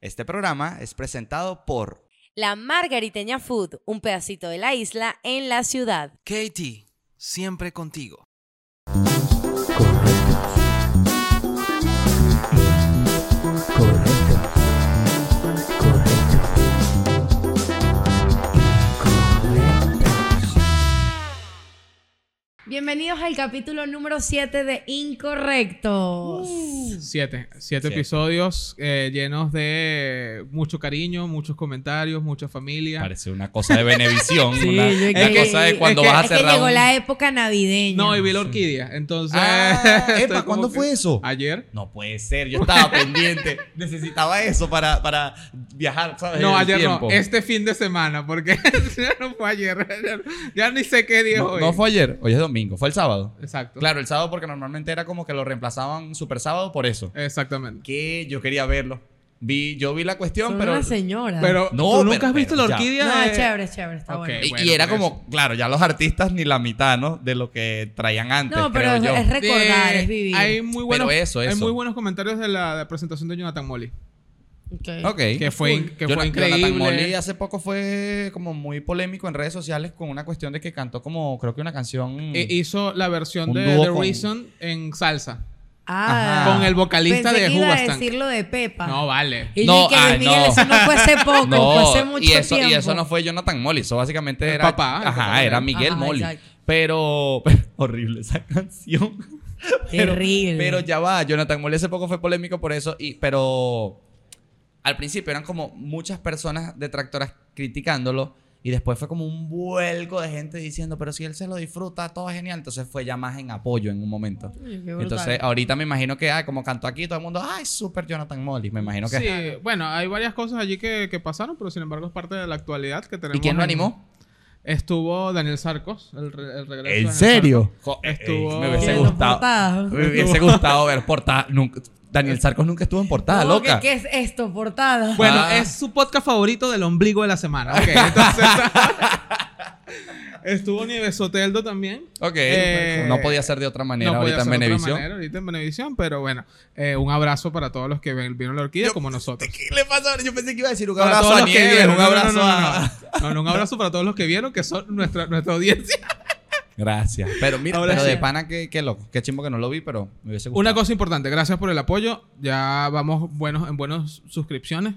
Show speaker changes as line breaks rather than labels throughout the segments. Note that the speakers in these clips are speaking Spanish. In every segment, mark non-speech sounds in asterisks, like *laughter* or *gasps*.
Este programa es presentado por
La Margariteña Food, un pedacito de la isla en la ciudad.
Katie, siempre contigo.
Correcto. Correcto.
Bienvenidos al capítulo número 7 de Incorrectos.
Uh.
Siete, siete,
Siete.
episodios eh, llenos de mucho cariño, muchos comentarios, mucha familia.
Parece una cosa de Benevisión,
*laughs* Sí,
una,
yo
una
que-
cosa de cuando
es que-
vas a
es que
cerrar.
llegó
un-
la época navideña.
No, y vi la orquídea. Entonces.
Ah,
*laughs* estoy
epa,
como
¿cuándo
que-
fue eso?
e-
Ayer.
No puede ser, yo estaba pendiente. Necesitaba eso para, para viajar, ¿sabes?
No,
En el
ayer
tiempo.
no. Este fin de semana, porque *laughs* ya no fue ayer. *laughs* Ya, ni sé qué día es
no,
hoy.
no fue ayer, hoy es domingo, fue el sábado.
eh. Exacto.
Claro, el sábado porque normalmente era como que lo reemplazaban super sábado por eso.
Eh. Exactamente.
Que yo quería verlo. Vi, yo vi la cuestión,
Son
pero...
una
Ah.
señora.
Pero
No,
tú nunca
pero-
has visto
pero
la
ya.
orquídea.
No,
de-
es chévere, es chévere, está
Ok.
Y,
bueno.
bueno, pues.
y era
por
como, claro, ya los artistas ni la mitad, ¿no? De lo que traían antes.
No, pero
creo
es,
yo.
es recordar,
de-
es vivir.
Hay muy buenos,
Pero eso,
hay
eso.
muy buenos comentarios de la, de la presentación de Jonathan Molly.
Ok.
Ok.
Que fue, in- que fue
Jonathan
increíble.
Molly hace poco fue como muy polémico en redes sociales con una cuestión de que cantó como, creo que una canción.
E- hizo la versión
Mm. Un
de
dúo
The
con-
Reason en salsa.
Ah,
Ajá.
Con el vocalista
pensé
de
que iba a
Hoobastank.
decir lo de
Ah.
Pepa.
No, vale.
y
No,
no, que
ah,
Luis Miguel,
no.
eso no fue hace
*laughs*
poco, fue hace mucho
y eso,
tiempo.
Y eso no fue Jonathan Molly, eso básicamente
El
era.
papá, el
ajá,
papá de
era
él.
Miguel
Ajá,
Molly.
exacto.
Pero, *laughs* pero horrible esa canción. Pero-
Terrible.
Pero ya va, Jonathan Molly hace poco fue polémico por eso, y, pero al principio eran como muchas personas detractoras criticándolo, y después fue como un vuelco de gente diciendo, pero si él se lo disfruta, todo es genial. Entonces fue ya más en apoyo en un momento.
Ay, qué brutal.
Entonces ahorita me imagino que, ay, como cantó aquí, todo el mundo, ay, súper Jonathan Molly, me imagino que...
Sí, bueno, hay varias cosas allí que, que pasaron, pero sin embargo es parte de la actualidad que tenemos.
¿Y quién lo
en-
animó?
Estuvo Daniel Sarcos, el, re- el regreso. de
¿En
Daniel
serio?
Estuvo-
eh, Me
Que
hubiese
Tiene
los
gustado.
portadas.
Me hubiese gustado ver portada. Nunca- Daniel Sarcos nunca estuvo en portada,
¿Cómo que
loca.
¿Qué es esto?
Sarcos.
Portada.
Bueno,
Ah.
es su podcast favorito del ombligo de la semana. Ok, entonces.
*laughs*
estuvo Nieves Soteldo también.
Ok,
Eh,
no podía ser de otra manera
No podía
ahorita en
ser de otra
Benevisión.
manera, ahorita en Benevisión, pero bueno, eh, un abrazo para todos los que ven- vieron la orquídea como nosotros.
¿Qué le pasa? Yo pensé que iba a decir un
Para
abrazo
todos
a
los que
Nieves,
vieron,
un
no, no, no,
abrazo
no, no, no.
a...
No, no, un abrazo para todos los que vieron, que son nuestra, nuestra audiencia.
Gracias. Pero mira,
Ahora
pero
sí.
de pana, qué, qué loco. Qué chimbo que no lo vi, pero me hubiese gustado.
Una cosa importante, gracias por el apoyo. Ya vamos buenos, en buenas suscripciones.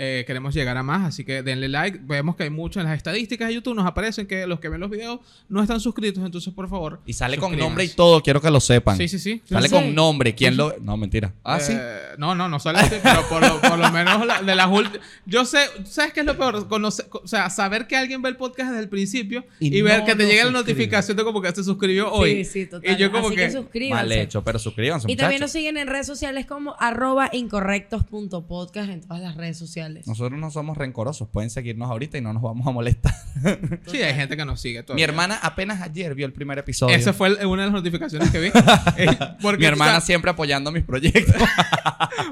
Eh, queremos llegar a más, así que denle like. Vemos que hay mucho en las estadísticas de YouTube. Nos aparecen que los que ven los videos no están suscritos, entonces por favor.
Y sale con
suscríbanse.
nombre y todo, quiero que lo sepan.
Sí, sí, sí.
Sale
Sí.
con nombre, ¿quién lo...? No, mentira. Ah, sí.
Eh, no, no, no sale así, pero por lo, por lo menos la- de las últimas. Yo sé, ¿sabes qué es lo peor? Conocer- o sea, saber que alguien ve el podcast desde el principio y,
Y
ver
no
que te
lo
llega la
suscribe.
notificación de como que se suscribió
Sí,
hoy.
sí, total.
Y yo como
Así
que.
que suscríbanse.
Mal hecho, pero suscríbanse,
Y también nos
muchachos.
siguen en redes sociales como arroba incorrectos.podcast en todas las redes sociales.
Nosotros no somos rencorosos. Pueden seguirnos ahorita y no nos vamos a molestar.
sí, hay gente que nos sigue todavía.
Mi hermana apenas ayer vio el primer episodio.
Esa fue el- una de las
*laughs*
notificaciones que vi. Eh, porque
Mi
tú
hermana
sabes-
siempre apoyando mis
*laughs*
proyectos.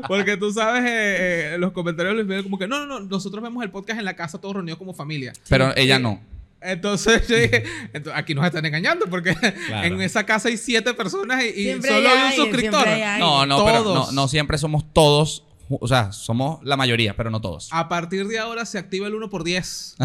porque tú sabes, eh, eh, los comentarios de Luis Miguel como que no, no, no, nosotros vemos el podcast en la casa todos reunidos como familia.
Pero ella no.
Entonces *laughs* yo dije, "Ento- aquí nos están engañando porque en esa casa hay siete personas y, y
Siempre
solo
hay
hay un
alguien,
suscriptor.
siempre hay alguien.
No, no, pero
Todos.
no, no siempre somos todos. ju- O sea, somos la mayoría, pero no todos.
Ah,
A partir de ahora se activa el 1
*laughs*
por 10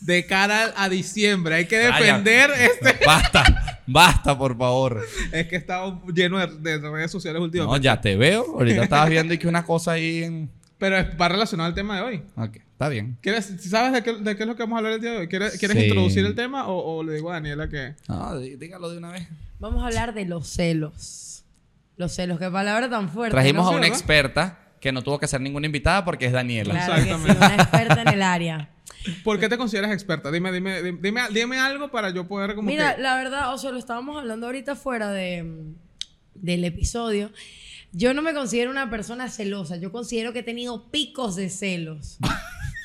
de cara a diciembre. Hay que
Vaya.
defender este.
Basta, basta, por
*laughs*
favor.
Es que estaba lleno de, de redes sociales
No,
últimamente.
pues,
ya te veo. Ahorita
*laughs*
estabas viendo y que una cosa ahí en.
Pero es- va relacionado al tema de hoy.
Ok, está bien.
¿Quieres, ¿Sabes de qué, de qué es lo que vamos a hablar el día de hoy? ¿Quieres, quieres
Sí.
introducir el tema o, o le digo a Daniela que...
No, dí- dígalo de una vez.
Vamos a hablar de los celos. Los celos, qué palabra tan fuerte.
Trajimos a
no sé,
una
¿verdad?
experta que no tuvo que ser ninguna invitada porque es Daniela.
Claro que sí,
Exactamente.
una experta en el área.
¿Por qué te consideras experta? Dime, dime, dime, dime, dime algo para yo poder *laughs* como
Mira,
que...
la verdad, o sea, lo estábamos hablando ahorita fuera de, mm, del episodio.
*laughs*
Yo no me considero una persona celosa. Yo considero que he tenido picos de celos.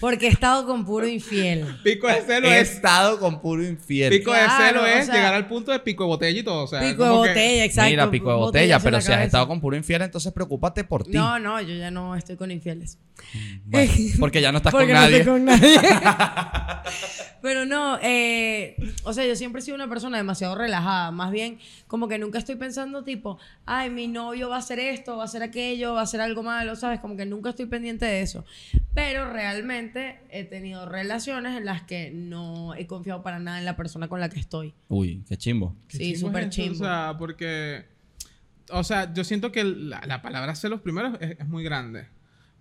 Porque he estado con puro infiel.
Pico de celo
He
es.
estado con puro infiel.
Pico
Claro,
de celo
o
es
sea-
llegar al punto de pico de botella y todo. O sea,
pico de
como que-
botella, exacto.
Mira, pico de botella,
botellazo en
pero
la
si has
cabeza.
estado con puro infiel, entonces preocúpate por ti.
No, no, yo ya no estoy con infieles. *laughs*
Bueno, porque ya no estás con
Porque no
nadie.
estoy con nadie.
*laughs*
Pero no, eh, o sea, yo siempre he sido una persona demasiado relajada. Más bien, como que nunca estoy pensando, tipo, ay, mi novio va a hacer esto, va a hacer aquello, va a hacer algo malo, ¿sabes? Como que nunca estoy pendiente de eso. Pero realmente he tenido relaciones en las que no he confiado para nada en la persona con la que estoy.
Uy, qué chimbo.
Qué
Sí,
chimbo es
súper
eso,
chimbo.
O sea, porque. O sea, yo siento que la, la palabra celos primero es, es muy grande.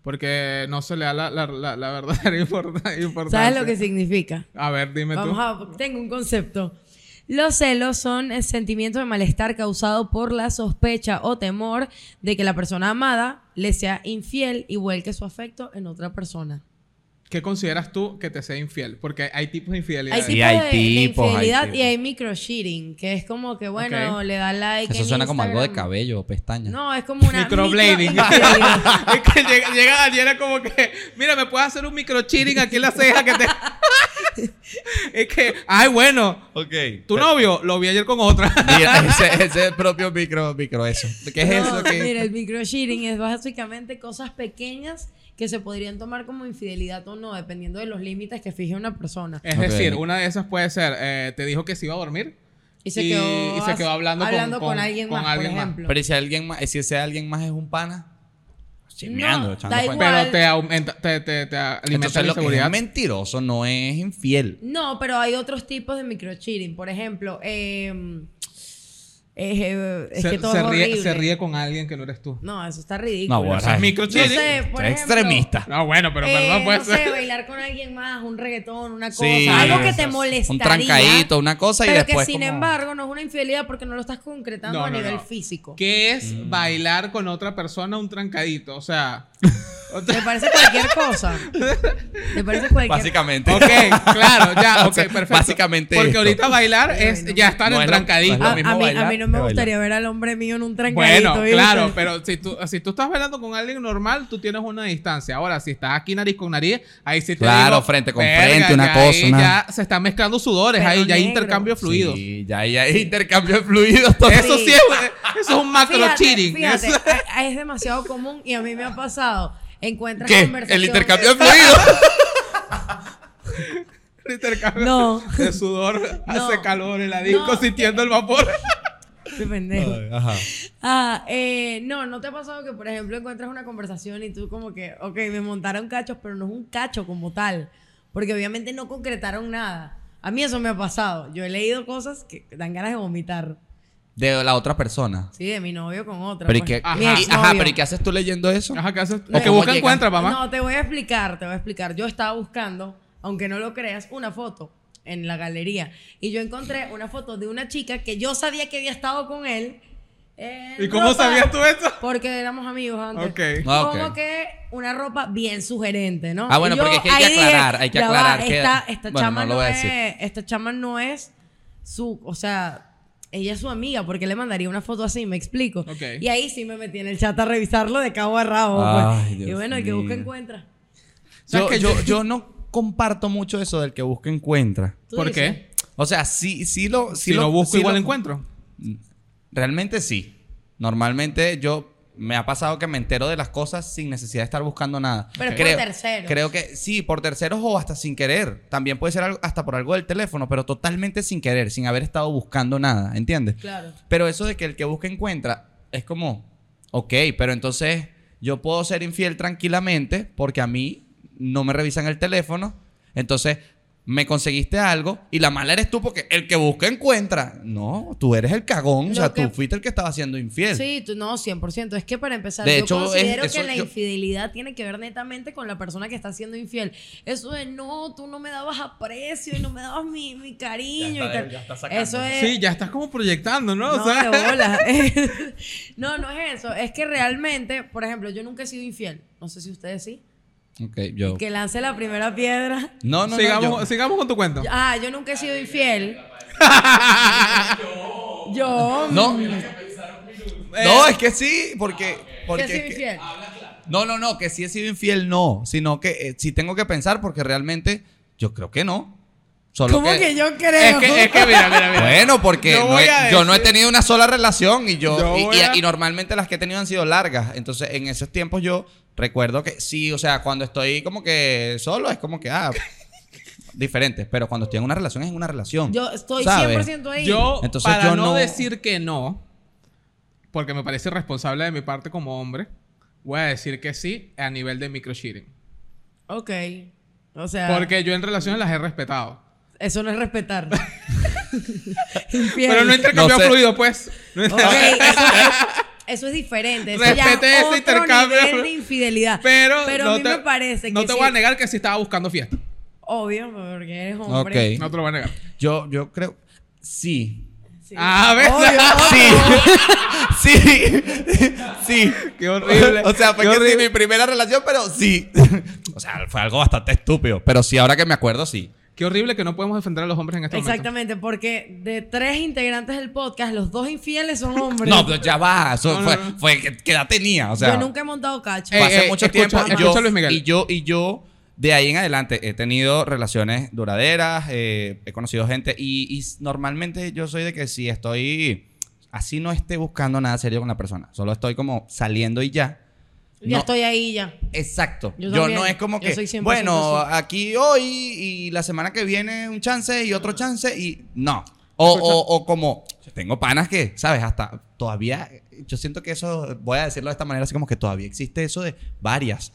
Porque no se le da la, la, la, la verdadera *laughs* importa- importancia.
¿Sabes lo que significa?
A ver, dime
Vamos
tú.
a, tengo un concepto. Los celos son el sentimiento de malestar causado por la sospecha o temor de que la persona amada le sea infiel y vuelque su afecto en otra persona.
¿Qué consideras tú que te sea infiel? Porque hay tipos de infidelidad.
Hay tipos
Sí, hay
de, de
tipos, hay
infidelidad
tipos.
y hay micro cheating, que es como que bueno,
Ok.
le da like.
Eso
en
suena como algo de
Instagram.
cabello o pestaña.
No, es como una *laughs*
Microblading. *laughs*
microinfidelidad.
*laughs*
es que llega, llega Daniela como que, mira, me puedes hacer un micro cheating aquí en la ceja que te. *laughs* es que, ay, bueno,
Ok.
tu novio lo vi ayer con otra. *laughs*
Mira, *laughs* ese, ese propio micro, micro eso. ¿Qué es
No,
eso? ¿Qué-
Mira, el microcheating es básicamente cosas pequeñas que se podrían tomar como infidelidad o no, dependiendo de los límites que fije una persona.
Es
Ok.
decir, una de esas puede ser, eh, te dijo que se iba a dormir.
Y se
Y-
quedó,
y se quedó hablando con-
con,
con-
alguien
con
más,
alguien
por
más.
ejemplo.
Pero ¿y si alguien más, si ese alguien más es un pana, chismeando,
No,
echando
da
cuenta.
igual.
Pero te aumenta, te, te, te alimenta
Entonces
la
lo que es
inseguridad.
mentiroso no es infiel.
No, pero hay otros tipos de microcheating. Por ejemplo, eh, eh, es
se,
que todo
se
es
ríe,
horrible.
se ríe con alguien que no eres tú.
No, eso está ridículo.
No, bueno.
Eso es microcheating.
No sé, por
Es
ejemplo,
extremista.
No, bueno, pero
Eh,
perdón, pues.
no sé, bailar con alguien más, un reggaetón, una cosa,
Sí,
algo que
eso
te
es.
molestaría.
Un trancadito, una cosa y
pero que
después
sin
como-
embargo no es una infidelidad porque no lo estás concretando
No,
a
no,
nivel
no.
físico.
¿Qué es
Mm.
bailar con otra persona un trancadito?
*laughs*
O sea. o sea,
Me parece cualquier cosa. Me parece cualquier
Básicamente.
ok,
*laughs*
claro, ya,
O
ok,
sea,
perfecto.
básicamente
Porque
esto.
ahorita bailar es
Bueno.
ya estar
No
en
es lo-
trancadito.
no
A,
es lo mismo
a mí, a mí
bailar
no me
que
gustaría ver al hombre mío en un trancadito.
Bueno,
Ah, ¿viste?
claro, pero si tú, si tú estás bailando con alguien normal, tú tienes una distancia. Ahora, si estás aquí nariz con nariz, ahí sí te
Claro,
digo,
frente con
"Verga,
frente, una
ya
cosa,
ahí
una-
Ya se están mezclando sudores,
Pero
ahí ya hay
negro.
intercambio de fluidos.
Sí, ya hay, ya hay intercambio de fluidos. todo.
Eso sí es, eso es un macro
Fíjate,
cheating.
fíjate,
Eso-
a- a- es demasiado común y a mí me ha pasado. Encuentras
¿Qué?
conversaciones.
El
*laughs*
intercambio de fluidos.
el intercambio
No.
de sudor
*laughs*
hace
No.
calor en la disco
No.
sintiendo el vapor.
Qué pendejo. Ah, eh, no, no te ha pasado que, por ejemplo, encuentras una conversación y tú como que, ok, me montaron cachos, pero no es un cacho como tal, porque obviamente no concretaron nada. A mí eso me ha pasado. Yo he leído cosas que dan ganas de vomitar.
De la otra persona.
Sí, de mi novio con otra.
Pero ¿y
pues.
qué,
Mi
y-
exnovio.
ajá, pero ¿y qué haces tú leyendo eso?
Ajá, ¿qué haces?
No,
O que
¿cómo
busca
llegan?
encuentra, mamá.
No, te voy a explicar, te voy a explicar. Yo estaba buscando, aunque no lo creas, una foto en la galería. Y yo encontré una foto de una chica que yo sabía que había estado con él. en
¿Y cómo
ropa,
sabías tú eso?
Porque éramos amigos antes.
Ok.
Ah, ok.
Como que una ropa bien sugerente, ¿no?
Ah, bueno,
Y yo
porque es que hay que
ahí dije,
aclarar, hay que
ya va,
aclarar que-
esta, esta
bueno,
chama
no
no,
lo voy a
es,
decir.
esta chama no es su, o sea, ella es su amiga, porque le mandaría una foto así, me explico.
Ok.
Y ahí sí me metí en el chat a revisarlo de cabo a rabo.
Ay,
pues. y
Dios
bueno, el que busca
mío.
encuentra.
Yo,
¿Sabes que
yo,
yo-
yo no comparto mucho eso del que busca encuentra.
Tú
¿Por
dices,
qué?
O sea, sí, sí lo... sí
Si lo busco,
sí
igual
lo-
encuentro.
Realmente sí. Normalmente yo me ha pasado que me entero de las cosas sin necesidad de estar buscando nada.
Pero es por terceros.
Creo que sí, por terceros o hasta sin querer. También puede ser algo- hasta por algo del teléfono, pero totalmente sin querer, sin haber estado buscando nada, ¿entiendes?
Claro.
Pero eso de que el que busca encuentra es como, ok, pero entonces yo puedo ser infiel tranquilamente porque a mí no me revisan el teléfono. Entonces me conseguiste algo y la mala eres tú porque el que busca encuentra. No, tú eres el cagón.
Lo
o sea,
que-
tú fuiste el que estaba siendo infiel.
Sí, tú, no, 100%. Es que para empezar,
De
yo
hecho,
considero
es- eso
que la
yo-
infidelidad tiene que ver netamente con la persona que está siendo infiel. Eso de no, tú no me dabas aprecio y no me dabas mi, mi cariño.
Ya está,
y tal".
ya está sacando.
eso es.
Sí, ya estás como proyectando, ¿no?
no,
o sea,
te bolas. *laughs* no, no es eso. Es que realmente, por ejemplo, yo nunca he sido infiel. No sé si ustedes sí.
Ok, yo.
Que lance la primera piedra.
No, no,
sigamos, *laughs*
no. yo-
sigamos con tu cuento.
Ah, yo nunca he sido infiel. yo.
No. No, es que sí, porque. porque
¿Qué
es
soy
que-
infiel?
No, no, no, que si he sido infiel, no. Sino que eh, sí tengo que pensar porque realmente yo creo que no. Solo
¿Cómo que, yo creo?
Es que, es que mira, mira, mira.
Bueno, porque
Yo
no
voy
he-
a
yo no he
decir-
tenido una sola relación y yo,
Yo
y-
voy
y,
a-
y normalmente las que he tenido han sido largas. Entonces, en esos tiempos yo recuerdo que sí, o sea, cuando estoy como que solo es como que ah diferente, pero cuando estoy en una relación es en una relación.
Yo estoy
¿sabes?
100% ahí.
Yo,
Entonces,
para
yo
no,
no-
decir que no, porque me parece responsable de mi parte como hombre, voy a decir que sí a nivel de micro-cheating.
Ok. O sea,
Porque yo en relaciones las he respetado.
eso no es
*laughs*
respetar. Infiel.
Pero no intercambio
No sé.
fluido, pues. No
Ok,
inter-
eso, eso es diferente. Eso ya
Respete
es
ese
otro
intercambio.
nivel de infidelidad.
*laughs* Pero, no
a mí
te,
me parece que
No te
sí.
voy a negar que sí estaba buscando fiesta.
Obvio, porque eres hombre.
Ok.
No te lo voy a negar.
Yo yo creo sí.
Sí.
A ver.
Obvio,
Sí.
obvio.
*laughs* sí. sí.
*laughs* Qué horrible.
*laughs* O sea, fue
Qué
que sí,
horrible.
mi primera relación, pero sí. *laughs* o sea, fue algo bastante estúpido, pero sí ahora que me acuerdo sí.
Qué horrible que no podemos defender a los hombres en este momento.
Exactamente, porque de tres integrantes del podcast, los dos infieles son hombres.
No, pero ya va, eso
No, no,
fue,
no.
fue que, que edad tenía, o sea. Eh,
Yo nunca he montado cacho.
Fue
Ey,
hace
ey,
mucho
eh, escucha,
tiempo.
escucha,
yo,
Luis Miguel.
Y yo, y yo, de ahí en adelante, he tenido relaciones duraderas, eh, he conocido gente y, y s- normalmente yo soy de que si estoy, así no esté buscando nada serio con la persona, solo estoy como saliendo y ya.
Ya
No-
estoy ahí ya.
Exacto.
Yo
Yo,
también.
no es como
Yo
que,
soy 100%
bueno,
así.
aquí hoy y la semana que viene un chance y otro chance y no. O, o- o como, tengo panas que, ¿sabes? Hasta todavía, yo siento que eso, voy a decirlo de esta manera, así como que todavía existe eso de varias.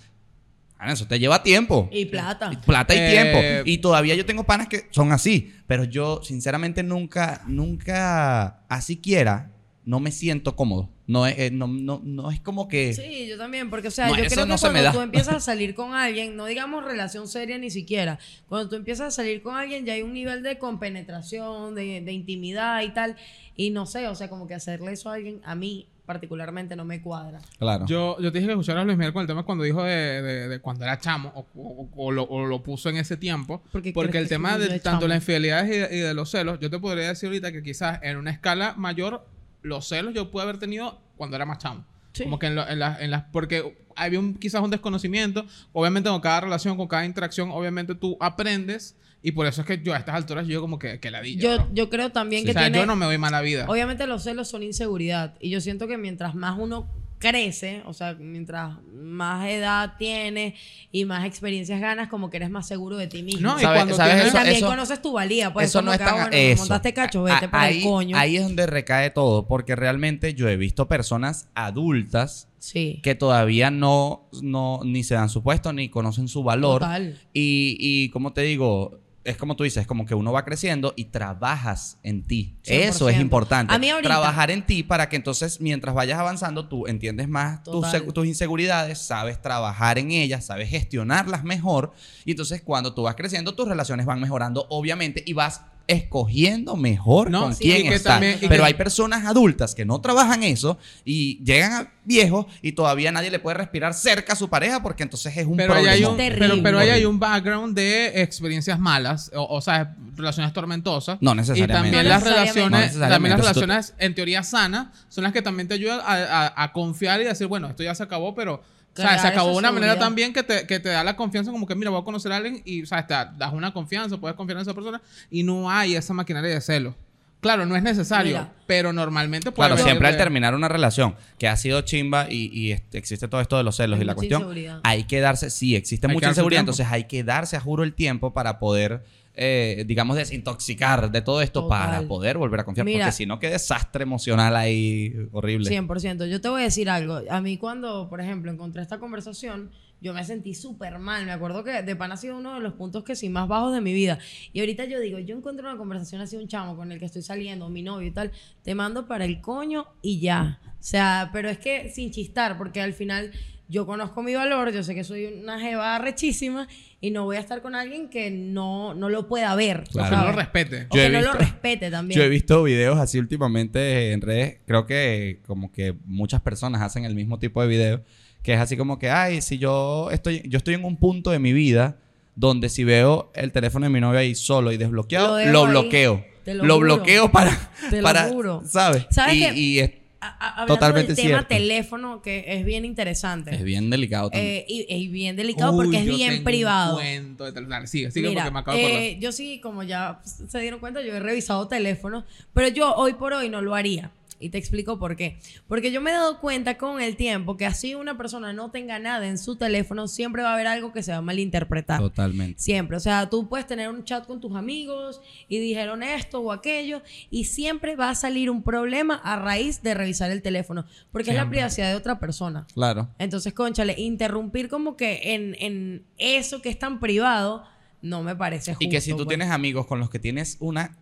Ah, eso te lleva tiempo.
Y plata.
Y plata y
Eh,
tiempo. Y todavía yo tengo panas que son así. Pero yo, sinceramente, nunca, nunca, así quiera, no me siento cómodo. No es, eh, no, no, no es como que...
Sí, yo también, porque o sea,
No,
yo
eso
creo que
no se me
cuando
da.
tú empiezas a salir con alguien, no digamos relación seria ni siquiera, cuando tú empiezas a salir con alguien ya hay un nivel de compenetración, de, de intimidad y tal, y no sé, o sea, como que hacerle eso a alguien, a mí particularmente no me cuadra.
Claro.
Yo, yo te dije que escuchara a Luis Miguel con el tema cuando dijo de, de- de cuando era chamo o, o- o lo, o lo puso en ese tiempo.
¿Por qué
porque
crees
el
que
tema
escribió
de
de
tanto
chamo?
las infidelidades y de, y de los celos, yo te podría decir ahorita que quizás en una escala mayor, los celos yo pude haber tenido cuando era más chamo.
Sí.
Como que en, lo- en las, en las- Porque había un, quizás un desconocimiento. Obviamente con cada relación, con cada interacción, obviamente tú aprendes. Y por eso es que yo a estas alturas yo como que, que la di.
Yo, yo creo también que
o sea,
tiene-
yo no me doy mala vida.
Obviamente los celos son inseguridad y yo siento que mientras más uno crece, o sea, mientras más edad tienes y más experiencias ganas, como que eres más seguro de ti mismo.
No, y
¿Sabes-
cuando
sabes
tienes-
eso-
también conoces tu valía, pues
eso
como
no es
que,
tan
ah, bueno,
eso.
montaste cacho,
A-
vete para
ahí,
el coño.
Ahí es donde recae todo, porque realmente yo he visto personas adultas
sí.
que todavía no, no ni se dan su puesto ni conocen su valor.
Total.
Y, y como te digo, es como tú dices, como que uno va creciendo y trabajas en ti. Eso
100%.
es importante.
A mí ahorita-
Trabajar en ti para que entonces mientras vayas avanzando tú entiendes más tus,
Total.
seg- tus inseguridades, sabes trabajar en ellas, sabes gestionarlas mejor. Y entonces cuando tú vas creciendo, tus relaciones van mejorando, obviamente, y vas escogiendo mejor
No,
con
sí, y
quién
que
estar.
también- y
Pero
que-
hay personas adultas que no trabajan eso y llegan a viejos y todavía nadie le puede respirar cerca a su pareja porque entonces es un
pero ahí hay
problemón.
un,
Terrible.
pero, pero ahí hay un background de experiencias malas, o, o sea, relaciones tormentosas.
No necesariamente.
Y también
No
las
necesariamente.
relaciones,
No necesariamente.
también las
Entonces tú-
relaciones en teoría sanas son las que también te ayudan a, a- a confiar y decir, bueno, esto ya se acabó, pero o sea,
Crear
se acabó de
esa
una manera
seguridad.
también que te, que te da la confianza, como que mira, voy a conocer a alguien y o sea, te das una confianza, puedes confiar en esa persona y no hay esa maquinaria de celos. Claro, no es necesario,
Mira.
pero normalmente puede
Claro,
haber-
siempre al terminar una relación que ha sido chimba y, y este- existe todo esto de los celos
Hay
y la
mucha
cuestión,
inseguridad.
hay que darse, sí, existe
Hay que
mucha
darse
inseguridad,
tiempo.
entonces hay que darse a juro el tiempo para poder, eh, digamos, desintoxicar de todo esto
Total.
para poder volver a confiar,
Mira.
porque si no, qué desastre emocional ahí horrible.
100%. Yo te voy a decir algo. A mí cuando, por ejemplo, encontré esta conversación, yo me sentí súper mal. Me acuerdo que de pan ha sido uno de los puntos que sí más bajos de mi vida. Y ahorita yo digo, yo encuentro una conversación así un chamo con el que estoy saliendo, mi novio y tal, te mando para el coño y ya. O sea, pero es que sin chistar, porque al final yo conozco mi valor, yo sé que soy una jeva rechísima y no voy a estar con alguien que no, no lo pueda ver.
Claro.
Que no lo
¿sabes?
respete.
O
Yo
que
he
no lo
visto-
respete también.
Yo he visto videos así últimamente en redes. Creo que como que muchas personas hacen el mismo tipo de video. Que es así como que, ay, si yo estoy, yo estoy en un punto de mi vida donde si veo el teléfono de mi novia ahí solo y
Lo
desbloqueado,
dejo
lo,
ahí.
bloqueo.
Te lo
Lo,
juro.
bloqueo para.
Te lo
para-
juro.
¿Sabes?
¿Sabes
y,
qué?
y es-
a- a- hablando
Totalmente
del tema
cierto.
teléfono, que es bien interesante.
Es bien delicado también.
Eh, y, y bien delicado porque
Uy,
es
yo tengo
bien
un
privado.
cuento de tal- dale, sigue, sigue
Mira,
porque me acabo de
eh,
acordar.
yo sí, como ya se dieron cuenta, yo he revisado teléfonos, pero yo hoy por hoy no lo haría. Y te explico por qué. Porque yo me he dado cuenta con el tiempo que así una persona no tenga nada en su teléfono, siempre va a haber algo que se va a malinterpretar.
Totalmente.
Siempre. O sea, tú puedes tener un chat con tus amigos y dijeron esto o aquello y siempre va a salir un problema a raíz de revisar el teléfono, porque es la
Siempre.
privacidad de otra persona.
Claro.
Entonces, conchale, interrumpir como que en, en eso que es tan privado no me parece justo.
Y que si tú
pues.
tienes amigos con los que tienes una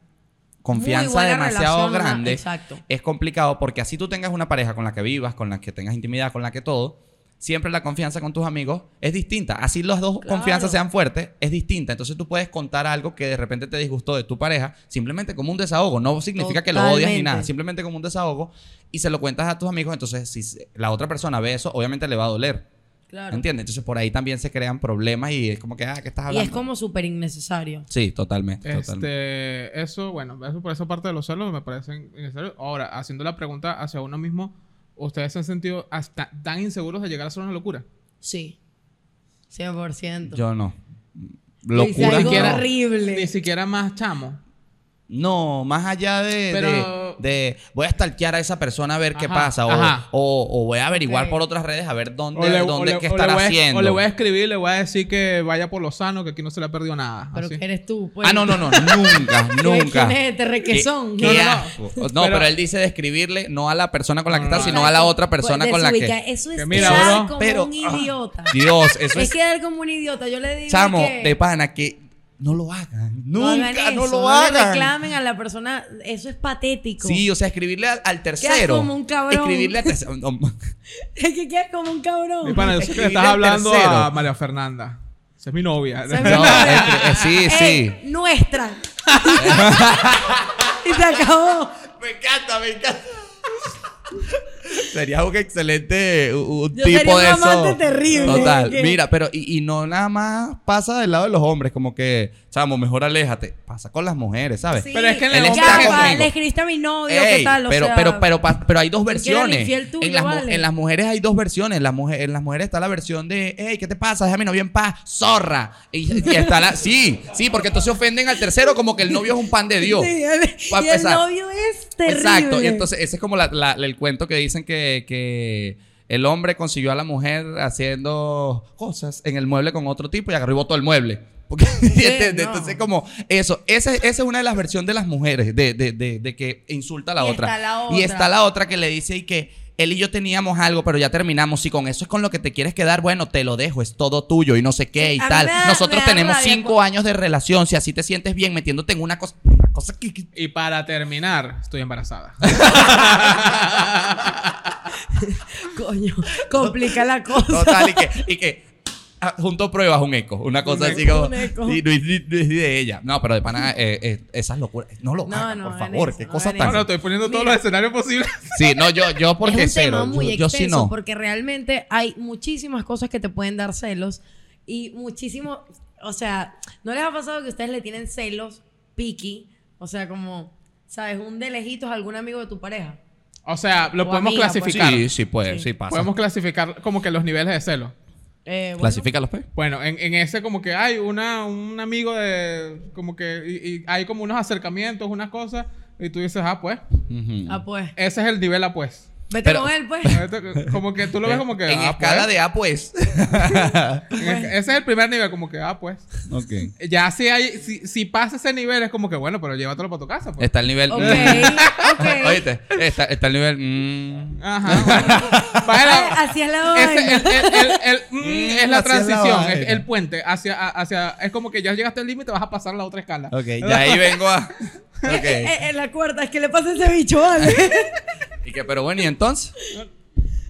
Muy
confianza
buena
demasiado
relación, ajá,
grande,
Exacto.
es complicado porque así tú tengas una pareja con la que vivas, con la que tengas intimidad, con la que todo, siempre la confianza con tus amigos es distinta. Así las dos
Claro.
confianzas sean fuertes, es distinta. Entonces tú puedes contar algo que de repente te disgustó de tu pareja, simplemente como un desahogo. No significa que lo odias ni
Totalmente.
nada, simplemente como un desahogo y se lo cuentas a tus amigos. Entonces, si se- la otra persona ve eso, obviamente le va a doler.
Claro.
¿Entiendes? Entonces por ahí también se crean problemas y es como que, ah, ¿qué estás
Y
hablando?
es como súper innecesario.
Sí, totalmente. totalmente.
Este, eso, bueno, eso por esa parte de los celos me parecen innecesarios. Ahora, haciendo la pregunta hacia uno mismo, ¿ustedes se han sentido hasta tan inseguros de llegar a ser una locura?
Sí. 100%.
Yo no.
Dice
Locura.
algo
no.
horrible.
Ni siquiera más chamo.
No, más allá de,
Pero-
de, de voy a stalkear a esa persona a ver qué
Ajá,
pasa. O,
ajá.
o- o voy a averiguar
Ok.
por otras redes a ver dónde,
o le, o
dónde
le-
qué
o le
estará
voy a-
haciendo.
O le voy a escribir, le voy a decir que vaya por lo sano, que aquí no se le ha perdido nada.
Pero
así.
que eres tú, pues.
Ah,
*laughs*
no, no, no, nunca,
*laughs*
nunca.
¿Quién es este requesón?
Qué-
No,
qué
no, no.
asco. No, pero,
Pero-
él dice describirle no a la persona con la que
No,
está,
no,
sino a la otra
Pues,
persona con la que.
Desubica- Eso es
Que mira,
quedar
bro, ah,
como
pero-
un idiota.
Dios, eso
es
es.
quedar como un idiota. Yo le digo
Chamo,
que...
de pana, que no lo hagan.
hagan
Nunca, no
eso,
lo
No le
hagan.
reclamen a la persona. Eso es patético.
Sí, o sea, escribirle al, al tercero.
como un cabrón.
Escribirle al tercero. No, *laughs*
*laughs*
no.
*laughs* Es que quedas como un
Mi
cabrón.
pana, yo sé que le estás
Escribirle al
hablando
tercero.
a María Fernanda. Esa es mi novia.
¿Sabes?
No, escri- eh, sí, sí.
Ey,
*laughs*
nuestra. y se acabó.
Me encanta, me encanta. Sería un excelente u- un
Yo
tipo
sería un
de eso.
amante terrible,
Total.
que-
Mira, pero y, y no nada más pasa del lado de los hombres, como que, chamo, mejor aléjate. Pasa con las mujeres, ¿sabes?
Sí.
Pero es que en el
Él
hombre
está
Ya va,
conmigo.
le escribiste a mi novio,
Ey,
¿qué tal? O
pero,
sea,
pero, pero, pa- pero hay dos
Porque era el
versiones.
infiel tuyo,
en, las, mu-
vale.
en las mujeres hay dos versiones. Las mujer- en las mujeres está la versión de, hey, ¿qué te pasa? Déjame novio en paz, zorra. Y, y está la, sí, sí, porque entonces ofenden al tercero como que el novio es un pan de Dios.
*laughs* Sí, el-
Pa'
y el
empezar.
novio es terrible.
Exacto, y entonces ese es como la- la- el cuento que dicen que, que el hombre consiguió a la mujer haciendo cosas en el mueble con otro tipo y agarró y botó el mueble.
*laughs*
Porque, ¿entiendes?
no.
Entonces como eso, esa, esa es una de las versiones de las mujeres, de, de- de- de que insulta a la
Y
otra.
está la
Y
otra.
está la otra que le dice y que... Él y yo teníamos algo, pero ya terminamos. Si con eso es con lo que te quieres quedar, bueno, te lo dejo, es todo tuyo y no sé qué y
A mí
tal.
me da-
Nosotros
me da
tenemos
rabia
cinco
cuando-
años de relación. Si así te sientes bien metiéndote en una cosa, una cosa que- que
*laughs* Y para terminar, estoy embarazada.
Coño,
*laughs*
complica la *laughs* cosa.
Total, y que, y que ah, junto pruebas un eco, una cosa
Un
así
eco,
como.
un eco.
Y no es ni- no es ni de ella. No, pero de pana, eh, eh, esas locuras. No lo
No,
hagan,
no,
por
hagan
favor,
eso,
qué
no
cosa
hagan
tan.
Bueno, estoy poniendo todos los escenarios posibles.
Sí, no, yo, yo porque
es un
cero.
tema muy
yo, yo
extenso
sí no.
porque realmente hay muchísimas cosas que te pueden dar celos y muchísimo, o sea, ¿no les ha pasado que ustedes le tienen celos piqui? O sea, como, ¿sabes? Un de lejitos a algún amigo de tu pareja.
O sea, lo
O
podemos
amiga, pues.
clasificar.
Sí, sí, puede, sí,
Sí.
pasa.
Podemos clasificar como que los niveles de celo.
Eh, bueno,
Clasifica los pe.
Bueno, en, en ese como que hay una, un amigo de... Como que y- y hay como unos acercamientos, unas cosas. Y tú dices, ah, pues.
Ujú.
Ah, pues.
Ese es el nivel, ah, pues.
Vete
Pero-
con
*laughs*
él, pues.
Como que tú lo ves como que...
en
ah,
escala
pues.
de pues. A, pues.
*laughs*
En esca- Ese es el primer nivel, como que, ah, pues.
ok.
Ya si hay... Si, si pasa ese nivel, es como que, bueno, pero llévatelo para tu casa, pues.
Está el nivel. *laughs* mm.
Ok, ok.
Oíste, está, está el nivel. mm. *laughs*
Ajá. bueno. Baila-
Ah, Así es la
Ese-
vaina.
el- el- el- el-
Mm,
mm, es la
hacia la
transición,
vaina.
es el puente hacia, a- hacia es como que ya llegaste al límite, vas a pasar a la otra escala.
Ok, ya ahí vengo
*laughs*
a. Ok.
Eh, eh, la cuarta, es que le pasa ese bicho, ¿vale?
Y que, pero bueno, y entonces.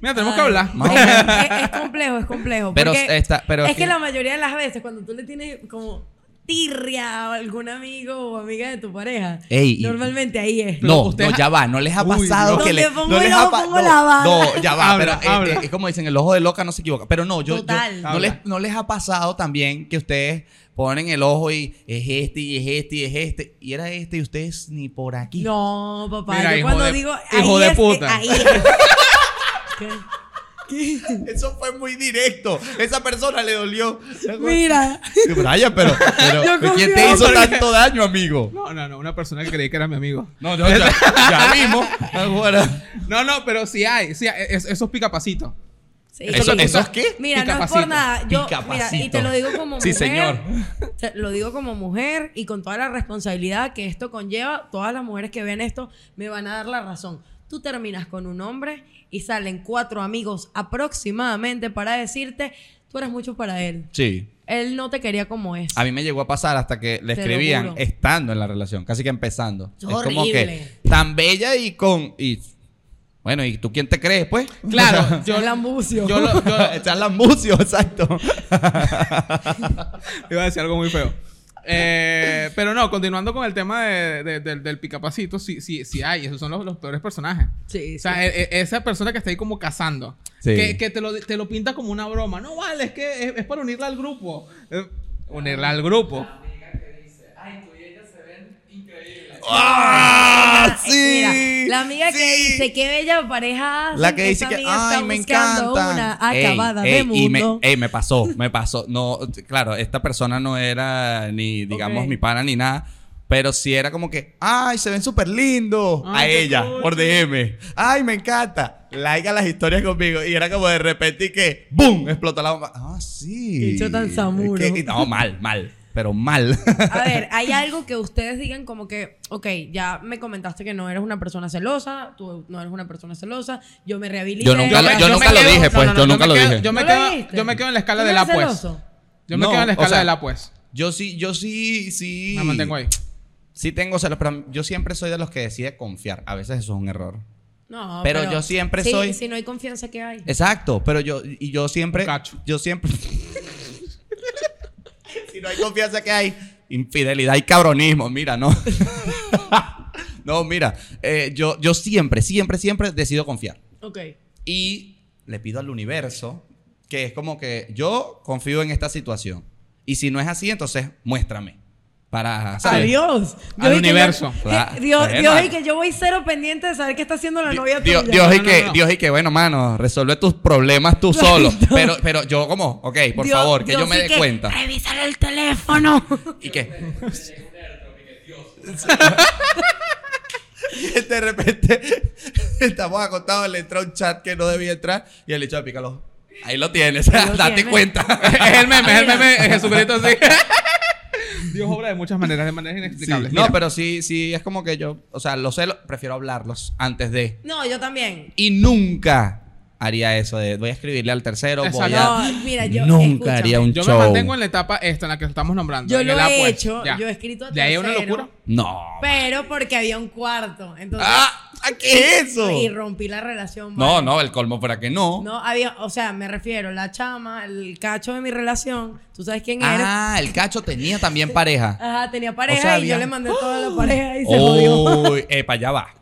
Mira, tenemos que hablar. *laughs*
Más o
es, es complejo, es complejo.
Pero
porque
está- pero
es
es
que
que-
la mayoría de las veces cuando tú le tienes como tirria a algún amigo o amiga de tu pareja,
Ey, y-
normalmente ahí es.
No,
usted-
no, ya va, no les ha
Uy,
pasado
no.
que
Donde
le
pongo
no les
el
ha
ojo,
pa-
pongo
no,
la bala.
no, ya va,
Habla,
pero eh,
habla.
eh, es como dicen, el ojo de loca no se equivoca. Pero no, yo, yo-
Total.
no, les,
Habla.
no les ha pasado también que ustedes ponen el ojo y es este, y es este, y es este, y era este, y ustedes ni por aquí.
No, papá,
Mira,
yo
hijo
cuando
de-
digo
hijo
ahí
de
es, eh,
puta.
ahí
*laughs*
es. ¿Qué?
Eso fue muy directo. Esa persona le dolió.
Mira,
Brian, pero, pero
*laughs* Yo confío.
¿quién te hizo tanto daño, amigo?
No, no, no, una persona que creí que era mi amigo.
No, yo ya, ya vimos. *laughs* Ahora.
No, no, pero sí hay, sí hay, es- esos picapacitos.
Sí.
¿Eso- eso es qué?
Mira, no es
Picapacito.
por nada. Yo, mira, y
Picapacito.
te lo digo como
Sí,
mujer.
señor.
te- Lo digo como mujer y con toda la responsabilidad que esto conlleva. Todas las mujeres que vean esto me van a dar la razón. Tú terminas con un hombre y salen cuatro amigos aproximadamente para decirte, tú eres mucho para él.
Sí.
Él no te quería como es.
A mí me llegó a pasar hasta que le
Te lo
escribían
juro.
estando en la relación, casi que empezando.
Es
como que
horrible.
tan bella y con. Y, bueno, ¿y tú quién te crees, pues? *laughs*
Claro,
*laughs*
yo,
el ambucio.
yo lo- yo-
Echar la mucio, *laughs*
*laughs*
exacto.
iba a decir algo muy feo. Eh, pero no, continuando con el tema de- de- del- del picapacito, sí, sí, sí hay, esos son los, los peores personajes.
Sí,
O sea,
sí.
e- e- esa persona que está ahí como cazando,
Sí.
que, que te, lo, te lo pinta como una broma. No, vale, es que es, es para unirla al grupo. Eh, unirla al grupo.
¡Ah!
Ah, eh,
¡Sí!
mira, la amiga que
Sí.
dice qué bella pareja. hacen,
La que dice
esa
que,
amiga
ay,
está
me
buscando
encanta.
Una acabada de mundo.
Y me, ey, me pasó, me pasó. No, t- claro, esta persona no era ni, digamos,
Ok.
mi pana ni nada. Pero sí era como que, ay, se ven súper lindos. A
Ay, qué
ella,
cool.
por DM. Ay, me encanta. Like a las historias conmigo. Y era como de repente y que, ¡boom! Explotó la bomba. Ah, sí.
Qué hecho tan samuro.
¿Qué- qué- No, mal, mal. Pero mal. *laughs*
A ver, hay algo que ustedes digan como que, ok, ya me comentaste que no eres una persona celosa, tú no eres una persona celosa, yo me rehabilité.
Yo nunca lo- yo
me
nunca lo
quedo-
dije, pues, yo nunca
me
lo
quedo-
dije.
Yo me,
¿No lo
quedo,
dijiste?
yo me quedo en la escala
¿Tú
de
no
la
eres
pues.
celoso?
Yo me
No,
quedo en la
o
escala
sea,
de la pues.
Yo sí, yo sí, sí.
Me mantengo ahí.
Sí tengo celos, pero yo siempre soy de los que decide confiar. A veces eso es un error.
No,
Pero yo siempre
Sí,
soy- Eh,
Si no hay confianza, ¿qué hay?
Exacto, pero yo y yo siempre
Un cacho.
yo siempre Si no hay confianza que hay infidelidad y cabronismo, mira, no. *laughs* no, mira, eh, yo yo siempre, siempre, siempre decido confiar
Ok.
y le pido al universo que es como que yo confío en esta situación y si no es así, entonces muéstrame para ¿sabes?
Adiós.
Al
y que yo-
universo.
que- Dios,
Ah, Bueno.
Dios y que yo voy cero pendiente de saber qué está haciendo la novia
Dios,
tuya.
Dios y
No, no,
que,
no.
Dios y que, bueno, mano, resuelve tus problemas tú solo.
Exacto.
Pero, pero yo como, ok, por
Dios-
favor, que yo
Dios
me
y
dé
que,
cuenta.
Revisar el teléfono.
¿Y qué? *laughs* Y de repente estamos acostados, le entra un chat que no debía entrar y el hecho de pícalo. Ahí lo tienes,
lo
*laughs* date *laughs*
tienes.
cuenta.
*laughs* es el meme, es el
Mira.
meme de Jesucristo así. *laughs* Dios obra de muchas maneras, de maneras
Sí,
inexplicables.
No,
Mira,
pero sí, sí, es como que yo, o sea, los celos, prefiero hablarlos antes de.
*laughs* No, yo también.
Y nunca haría eso de voy a escribirle al tercero, voy
Exacto.
a.
No, mira, yo-
nunca haría
escúchame.
un
Yo
show.
me mantengo en la etapa esta, en la que estamos nombrando.
Yo
en
lo
el
he
A, pues.
hecho, yo he escrito a
De ahí es una
tercero.
locura.
No.
Pero porque había un cuarto. Entonces,
¡Ah! ¿a ¿Qué es eso?
y rompí la relación.
No,
vale.
no, el colmo para que no.
No, había, o sea, me refiero, la chama, el cacho de mi relación, tú sabes quién era.
ah, el cacho tenía también pareja.
Ajá, tenía pareja
O sea,
y
había- Oh.
yo le mandé
*gasps*
toda la pareja Ah, y se jodió.
Uy, epa, ya va.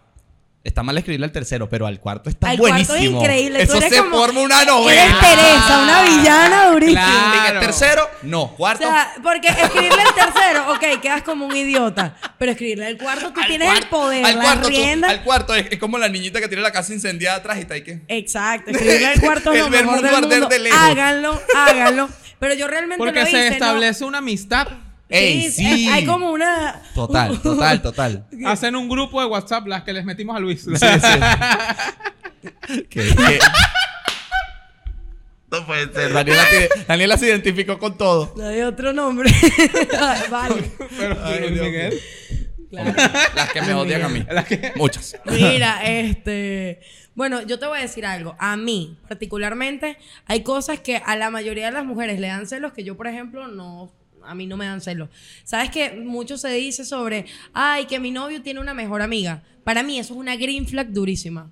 Está mal escribirle al tercero, pero al cuarto está
Al cuarto es
buenísimo.
increíble, tú
Eso
eres
se
como-
forma una
Eres
novela.
Teresa, una villana durísima.
Claro.
Dije, tercero, no.
O
Cuarto,
sea, porque escribirle al tercero, ok, quedas como un idiota. Pero escribirle al cuarto, tú
al
tienes el
cuarto-
poder,
al
la
cuarto, tú-
rienda.
al cuarto es, es como la niñita que tiene la casa incendiada atrás y está ahí que. *laughs*
Exacto, escribirle al cuarto es
El
lo
ver
mejor
mundo
del
arder
mundo.
de lejos.
Háganlo, háganlo. Pero yo realmente
Porque
lo hice,
se
¿no?
establece
*laughs*
una amistad.
Ey,
Sí,
sí.
Hay como una. *laughs*
*laughs* Total, total, total.
Hacen un grupo de WhatsApp, las que les metimos a Luis.
Que- que- No puede ser. Daniela, se- Daniela se identificó con todo.
No hay otro
*laughs*
nombre. Ay, vale.
*laughs* Pero
Ay,
Luis
Dios
Miguel.
Claro.
Las que me odian a mí.
Las que-
Muchas.
Mira, este. Bueno, yo te voy a decir algo. A mí, particularmente, hay cosas que a la mayoría de las mujeres le dan celos que yo, por ejemplo, no. A mí no me dan celos. Sabes que mucho se dice sobre, ay, que mi novio tiene una mejor amiga. Para mí eso es una green flag durísima.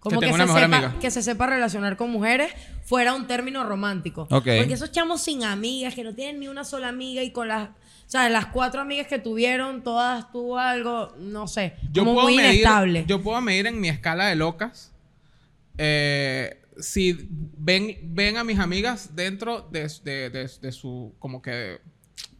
Como que,
tengo
se
una mejor
sepa,
amiga.
que se sepa relacionar con mujeres fuera un término romántico.
Ok.
Porque esos chamos sin amigas, que no tienen ni una sola amiga y con las... O sea, las cuatro amigas que tuvieron, todas tuvo algo, no sé,
Yo
como
puedo,
muy inestable.
medir, yo puedo medir en mi escala de locas eh, si ven, ven a mis amigas dentro de, de- de- de su como que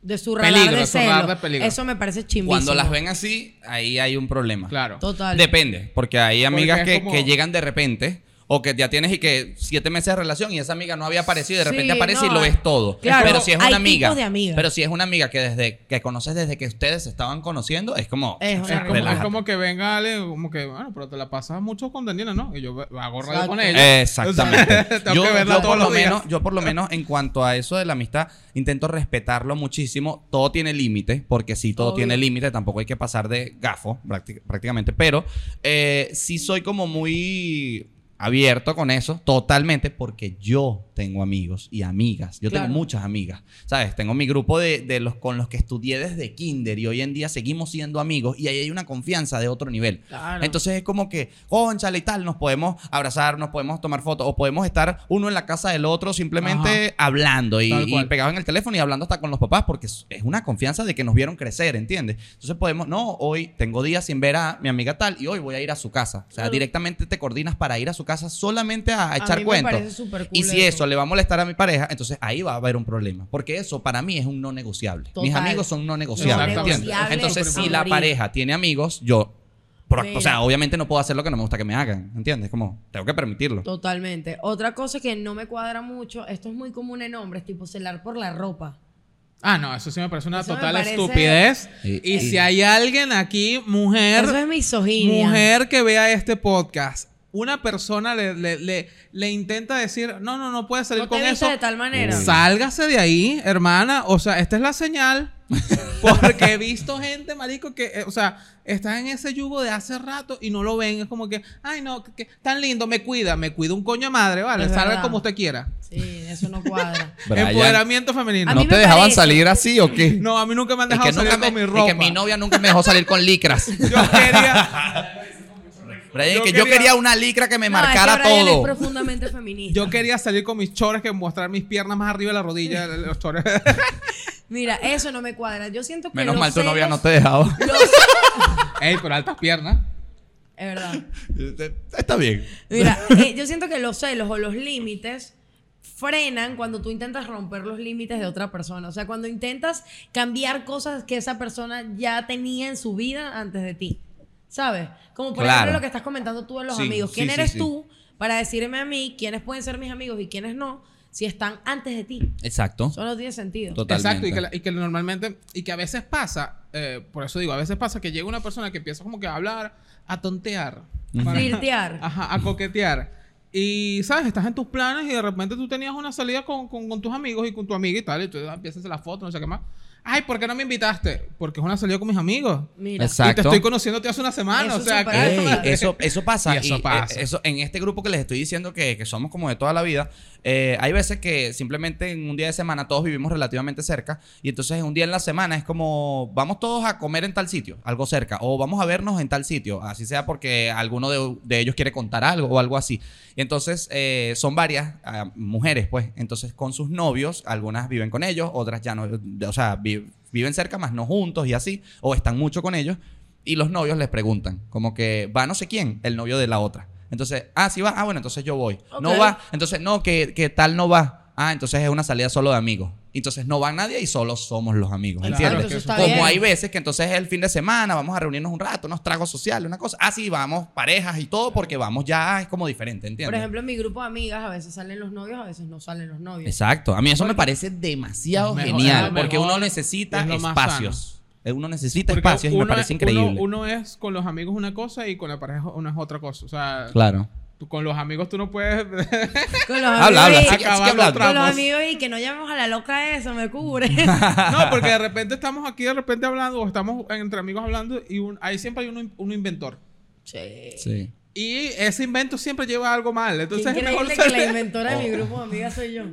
de su radar
Peligro,
de
su radar
celo.
de peligro.
Eso me parece chimbísimo.
Cuando las ven así, ahí hay un problema.
claro
Total.
Depende, porque hay amigas
es
que,
como-
que llegan de repente o que ya tienes y que siete meses de relación y esa amiga no había aparecido y de repente
Sí,
aparece
no,
y lo ves todo.
claro,
pero si es una
hay
amiga,
tipos de amigas.
pero si es una amiga que desde que conoces desde que ustedes se estaban conociendo, es como
Es una
es como, es
relájate.
como que venga Ale, como que, bueno, pero te la pasas mucho con Daniela, ¿no? Y yo hago radio
Exacto.
con ella.
Exactamente.
*laughs* Tengo
yo,
que verla
yo por
todos
lo
los días.
menos, yo por lo menos en cuanto a eso de la amistad, intento respetarlo muchísimo. Todo tiene límite, porque sí, todo
Obvio.
tiene límite, tampoco hay que pasar de gafo prácti- prácticamente, pero eh, sí soy como muy abierto con eso, totalmente, porque yo tengo amigos y amigas, yo
Claro.
tengo muchas amigas, ¿sabes? Tengo mi grupo de, de los con los que estudié desde kinder y hoy en día seguimos siendo amigos y ahí hay una confianza de otro nivel.
Claro.
Entonces es como que, conchale y tal, nos podemos abrazar, nos podemos tomar fotos o podemos estar uno en la casa del otro simplemente hablando y,
Tal
y
cual.
pegados en el teléfono y hablando hasta con los papás porque es es una confianza de que nos vieron crecer, ¿entiendes? Entonces podemos, no, hoy tengo días sin ver a mi amiga tal y hoy voy a ir a su casa. O sea, directamente te coordinas para ir a su casa solamente a, a echar
mí me
cuentos.
parece súper
y
cool
si
eso.
eso le va a molestar a mi pareja, entonces ahí va a haber un problema. Porque eso para mí es un no negociable. Mis
Total.
amigos son no negociables.
Exactamente.
¿entiendes?
Negociable
Entonces,
a
si la
morir.
pareja tiene amigos, yo. pro-
Mira.
o sea, obviamente no puedo hacer lo que no me gusta que me hagan. ¿Entiendes? Como, tengo que permitirlo.
Totalmente. Otra cosa que no me cuadra mucho, esto es muy común en hombres, tipo celar por la ropa.
Ah, no, eso sí me parece una
Eso me
total
parece-
estupidez.
Sí,
Y
sí.
si hay alguien aquí, mujer,
Eso es misoginia.
mujer que vea este podcast, una persona le, le- le- le intenta decir, no, no, no puedes salir
no
con
te viste
eso.
de tal manera.
Sálgase de ahí, hermana. O sea, esta es
*laughs*
la señal. Porque he visto gente, marico, que, eh, o sea, está en ese yugo de hace rato y no lo ven. Es como que, ay, no, que, que tan lindo, me cuida, me cuida un coño de madre, ¿vale?
Es
Salga
verdad.
como usted quiera.
Sí, eso no cuadra.
*laughs*
Brian,
Empoderamiento femenino.
A
¿No
mí
te
me
dejaban
parece-
salir así o qué?
No, a mí nunca me han
es
dejado
que,
salir
nunca
con
me-
mi
es
ropa.
que mi novia nunca me dejó salir con
*laughs*
licras.
Yo
*laughs*
quería,
Brian,
Yo
que yo
quería-
quería una licra que me
No, es que
marcara
Brian es
todo.
profundamente feminista.
yo quería salir con mis chores que mostrar mis piernas más arriba de
*laughs*
la rodilla. Los chores.
Mira, eso no me cuadra. Yo siento que.
Menos
los
mal tu novia no
celos-
te
*laughs*
dejaba.
Ey, pero altas piernas.
Es verdad.
Está bien. *laughs*
Mira, eh, yo siento que los celos o los límites frenan cuando tú intentas romper los límites de otra persona. O sea, cuando intentas cambiar cosas que esa persona ya tenía en su vida antes de ti. ¿Sabes? Como por
Claro.
ejemplo lo que estás comentando tú de los
Sí,
amigos.
sí,
¿Quién
sí,
eres
sí.
tú para decirme a mí quiénes pueden ser mis amigos y quiénes no si están antes de ti?
Exacto.
Eso no tiene sentido.
Totalmente.
Exacto, y que, la- y que normalmente, y que a veces pasa, eh, por eso digo, a veces pasa que llega una persona que empieza como que a hablar, a tontear, para-
Flirtear.
ajá, a coquetear. Y, ¿sabes? Estás en tus planes y de repente tú tenías una salida con, con- con tus amigos y con tu amiga y tal, y tú ah, empiezas la foto, no sé qué más. Ay, ¿por qué no me invitaste? Porque es una salida con mis amigos.
Mira.
Exacto.
Y te estoy conociéndote hace una semana,
Eso
o sea,
sí
que-
Ey,
Ey, eso, eso pasa.
*laughs* Y eso
eh,
pasa.
eso- en este grupo que les estoy diciendo que, que somos como de toda la vida, eh, hay veces que simplemente en un día de semana todos vivimos relativamente cerca y entonces un día en la semana es como vamos todos a comer en tal sitio, algo cerca, o vamos a vernos en tal sitio, así sea porque alguno de, de ellos quiere contar algo o algo así. Y entonces eh, son varias ah, mujeres, pues, entonces con sus novios, algunas viven con ellos, otras ya no, o sea, vi- viven cerca, más no juntos y así, o están mucho con ellos. Y los novios les preguntan, como que va no sé quién, el novio de la otra. Entonces, ah, sí va, ah, bueno, entonces yo voy. No
Ok.
va, entonces no, que, que tal no va. Ah, entonces es una salida solo de amigos. Entonces no va nadie y solo somos los amigos,
Claro,
¿entiendes?
eso está
Como
bien.
hay veces que entonces es el fin de semana, vamos a reunirnos un rato, unos tragos sociales, una cosa. Ah, sí, vamos, parejas y todo, porque vamos ya, es como diferente, ¿entiendes?
Por ejemplo, en mi grupo de amigas a veces salen los novios, a veces no salen los novios.
Exacto. A mí eso me parece demasiado
Mejor,
genial,
es lo
porque
mejor,
uno necesita
es lo más
espacios. eh, Uno necesita
porque
espacios y me
uno-
parece
uno-
increíble.
Uno, es con los amigos una cosa y con la pareja una es otra cosa. O sea,
claro.
tú con los amigos tú no puedes *laughs*
Con los
Habla, habla,
amigos y-
sigue, sigue
Acabando
hablando.
Con los
Vamos.
amigos y que no llamemos a la loca eso,
*laughs*
me cubre.
No, porque de repente estamos aquí, de repente hablando, o estamos entre amigos hablando, y un- ahí siempre hay un, un inventor.
Sí.
Y ese invento siempre lleva algo mal. Entonces es mejor
Increíble que la
salir.
inventora de mi
Oh.
grupo de amigas soy yo.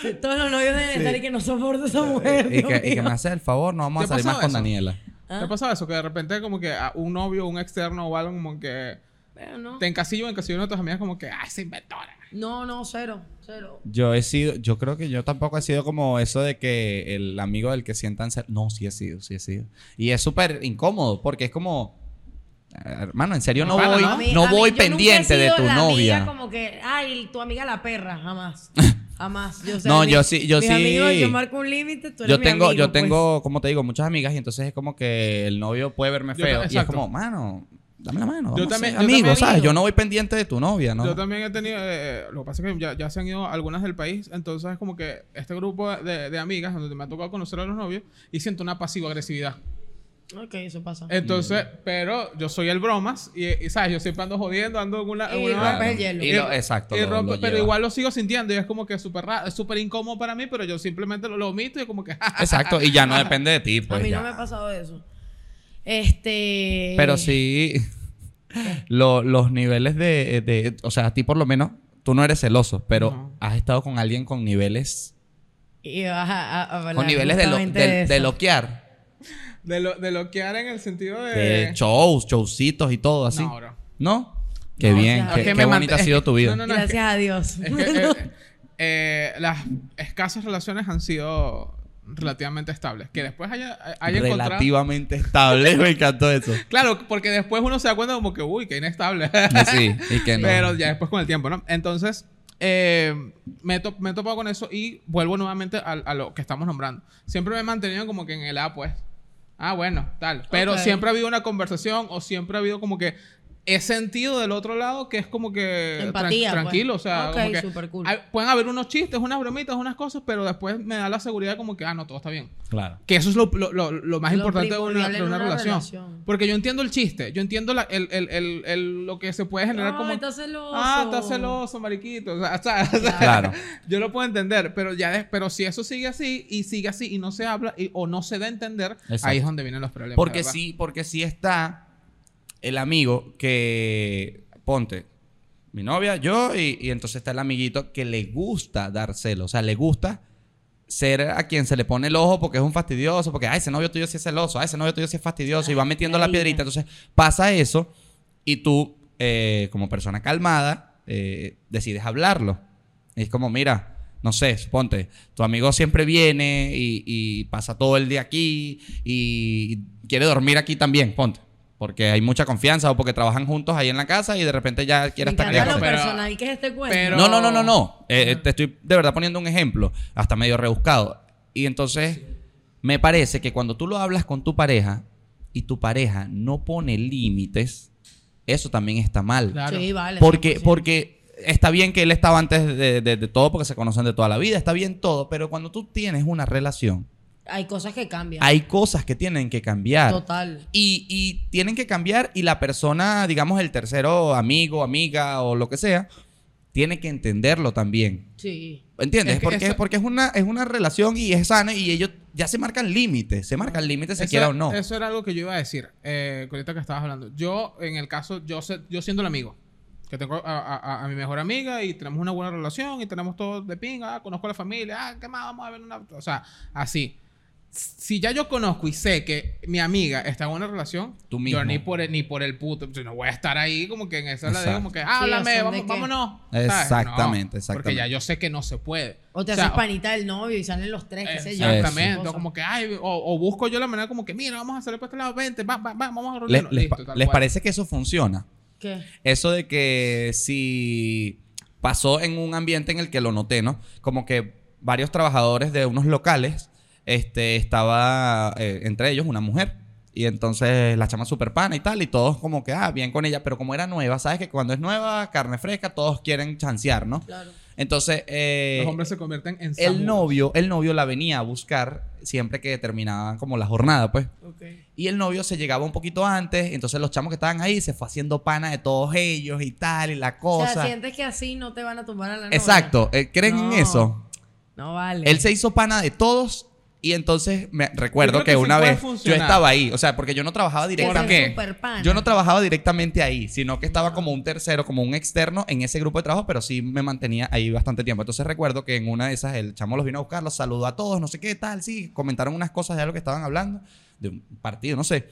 Que Todos los novios deben estar y que no soporto esa mujer.
Eh, Y
Dios
que, y que
mío. ¿Ah?
me hace el favor, no vamos a
¿Te ha
salir más
pasado
con
eso?
Daniela.
¿Te ha pasado eso? Que de repente como que a un novio, un externo o algo como que...
Pero no.
Te encasillo, encasillo una de tus amigas como que, ah, esa inventora.
No, no, cero, cero.
Yo he sido, yo creo que yo tampoco he sido como eso de que el amigo del que sientan ser. No, sí he sido, sí he sido. Y es súper incómodo porque es como, hermano, en serio no
Pana,
voy,
¿no?
A mí-
no
a mí-
voy
yo nunca he
pendiente de
sido
tu
la
novia.
Amiga como que, ay, tu amiga la perra,
*laughs*
jamás. Jamás. Yo, o sea,
No,
mi-
yo sí- yo
mis
sí.
amigos, yo marco un límite, tú eres
Yo
mi
tengo,
amigo,
yo
pues.
tengo, como te digo, muchas amigas y entonces es como que el novio puede verme
Yo ta-
feo y es
exacto.
como, mano, dame la mano, vamos
Yo
a
también-
ser
yo
amigos,
también
¿sabes?
digo-
Yo no voy pendiente de tu novia, ¿no?
Yo también he tenido, eh, lo que pasa es que ya, ya se han ido algunas del país, entonces como que este grupo de, de amigas donde me ha tocado conocer a los novios y siento una pasivo-agresividad.
Ok, eso pasa.
Entonces, pero yo soy el bromas y, y, ¿sabes? Yo siempre ando jodiendo, ando en una...
Y
una-
rompes el hielo.
Y lo- exacto,
y
lo-
rompe-
lo
pero
lleva.
igual lo sigo sintiendo y es como que súper raro, es súper incómodo para mí, pero yo simplemente lo, lo omito y como que... *laughs* "Ja, ja, ja".
Exacto, y ya no depende de ti, pues
a mí
ya.
no me ha pasado eso. Este.
Pero sí, lo- los niveles de, de- O sea, a ti por lo menos, tú no eres celoso, pero
No.
has estado con alguien con niveles.
Y ah, vas a, a- a hablar
Con niveles de, lo-
justamente
de-
de
de
eso.
loquear.
De, lo, de loquear en el sentido de...
De shows, showcitos y todo así.
No, bro.
¿No? Qué
No,
bien,
ya.
qué,
Es que
qué
me mant-
bonita ha
es
sido
que-
tu vida.
*laughs* no, no, no, es que-
Gracias a Dios.
Es que eh, eh, las escasas relaciones han sido relativamente estables. Que después haya, eh, haya encontrado.
Relativamente estable, *laughs* me encantó eso.
Claro, porque después uno se da cuenta como que, uy, que
*laughs*
inestable.
Sí, y que no.
Pero ya después con el tiempo, ¿no? Entonces, eh, me, he top- me he topado con eso y vuelvo nuevamente a, a lo que estamos nombrando. Siempre me he mantenido como que en el A, pues. Ah, bueno, tal. Pero
Ok.
siempre ha habido una conversación o siempre ha habido como que he sentido del otro lado que es como que tran-
Empatía, pues.
tranquilo, o sea,
Ok,
como que
súper cool.
hay- pueden haber unos chistes, unas bromitas, unas cosas, pero después me da la seguridad como que, ah, no, todo está bien.
Claro.
Que eso es lo, lo- lo- lo más
Lo
importante de una,
primordial
de
en
una
una
relación.
relación.
Porque yo entiendo el chiste, yo entiendo la- el, el- el- el- lo que se puede generar
Ay,
como...
Ah, está celoso.
Ah, está celoso, mariquito. O sea, o sea, o sea,
Claro.
*laughs* Yo lo puedo entender, pero ya de- pero si eso sigue así y sigue así y no se habla y- o no se da a entender,
Exacto.
ahí es donde vienen los problemas.
Porque
¿verdad?
sí, porque sí está el amigo que ponte mi novia, yo y, y entonces está el amiguito que le gusta dar celo, o sea, le gusta ser a quien se le pone el ojo porque es un fastidioso, porque ay, ese novio tuyo sí es celoso, ay, ese novio tuyo sí es fastidioso y va metiendo la
Ay,
piedrita, entonces pasa eso y tú eh, como persona calmada eh, decides hablarlo. Y es como, mira, no sé, suponte, tu amigo siempre viene y, y pasa todo el día aquí y quiere dormir aquí también, ponte. Porque hay mucha confianza o porque trabajan juntos ahí en la casa y de repente ya
Me
quiere estar
encanta
lejos.
lo
pero-
personal que es este cuento.
pero-
No, no, no, no, no. Eh, eh, te estoy de verdad poniendo un ejemplo, hasta medio rebuscado. Y entonces, me parece que cuando tú lo hablas con tu pareja y tu pareja no pone límites, eso también está mal.
Claro.
Sí, vale.
Porque,
100%.
porque está bien que él estaba antes de, de- de todo, porque se conocen de toda la vida, está bien todo, pero cuando tú tienes una relación,
Hay cosas que cambian.
hay cosas que tienen que cambiar.
Total.
Y, y tienen que cambiar y la persona, digamos, el tercero amigo, amiga o lo que sea, tiene que entenderlo también.
Sí.
¿Entiendes?
Es que
porque
eso-
porque es, una, es una relación y es sana y ellos ya se marcan límites, se marcan límites se
Eso-
quiera o no.
Eso era algo que yo iba a decir, eh, que ahorita que estabas hablando. Yo, en el caso, yo, sé- yo siendo el amigo, que tengo a, a- a- a mi mejor amiga y tenemos una buena relación y tenemos todo de pinga, ah, conozco a la familia, ah, ¿qué más? Vamos a ver una... O sea, así. Si ya yo conozco y sé que mi amiga está en una relación,
Tú
yo
mismo.
ni por, el, ni por el puto, yo no voy a estar ahí como que en esa la
Exacto.
como que,
¿a
háblame,
son de
vamos-
qué?
vámonos. ¿sabes?
Exactamente,
No, Porque ya
exactamente.
yo sé que no se puede.
O te
sea,
haces panita del novio y salen los tres, qué sé yo.
Exactamente,
Cosa.
o como que, ay, o, o busco yo la manera como que, mira, vamos a hacer para este lado, vente, va, va, va, vamos a
Les,
reunirnos.
les
Listo,
pa-
tal
les
cual.
parece que eso funciona?
¿Qué?
Eso de que si pasó en un ambiente en el que lo noté, ¿no? Como que varios trabajadores de unos locales, este, estaba eh, entre ellos una mujer. Y entonces la chama super pana y tal, y todos como que, ah, bien con ella, pero como era nueva, sabes que cuando es nueva, carne fresca, todos quieren chancear, ¿no?
Claro.
Entonces, eh,
Los hombres se convierten en
el
Samu.
novio, el novio la venía a buscar siempre que terminaba como la jornada, pues.
Ok.
Y el novio se llegaba un poquito antes, entonces los chamos que estaban ahí se fue haciendo pana de todos ellos y tal, y la
O
cosa.
sea, sientes que así no te van a tumbar a la novia.
Exacto, eh, ¿creen
No.
en eso?
No vale.
Él se hizo pana de todos y entonces me recuerdo
Yo creo
que,
que sí
una
puede
vez
funcionar.
yo estaba ahí, o sea, porque yo no trabajaba
Que
directamente.
son
¿Por qué?
superpanas.
Yo no trabajaba directamente ahí, sino que estaba como un tercero, como un externo en ese grupo de trabajo, pero sí me mantenía ahí bastante tiempo. Entonces recuerdo que en una de esas el chamo los vino a buscar, los saludó a todos, no sé qué tal, sí, comentaron unas cosas de algo que estaban hablando, de un partido, no sé.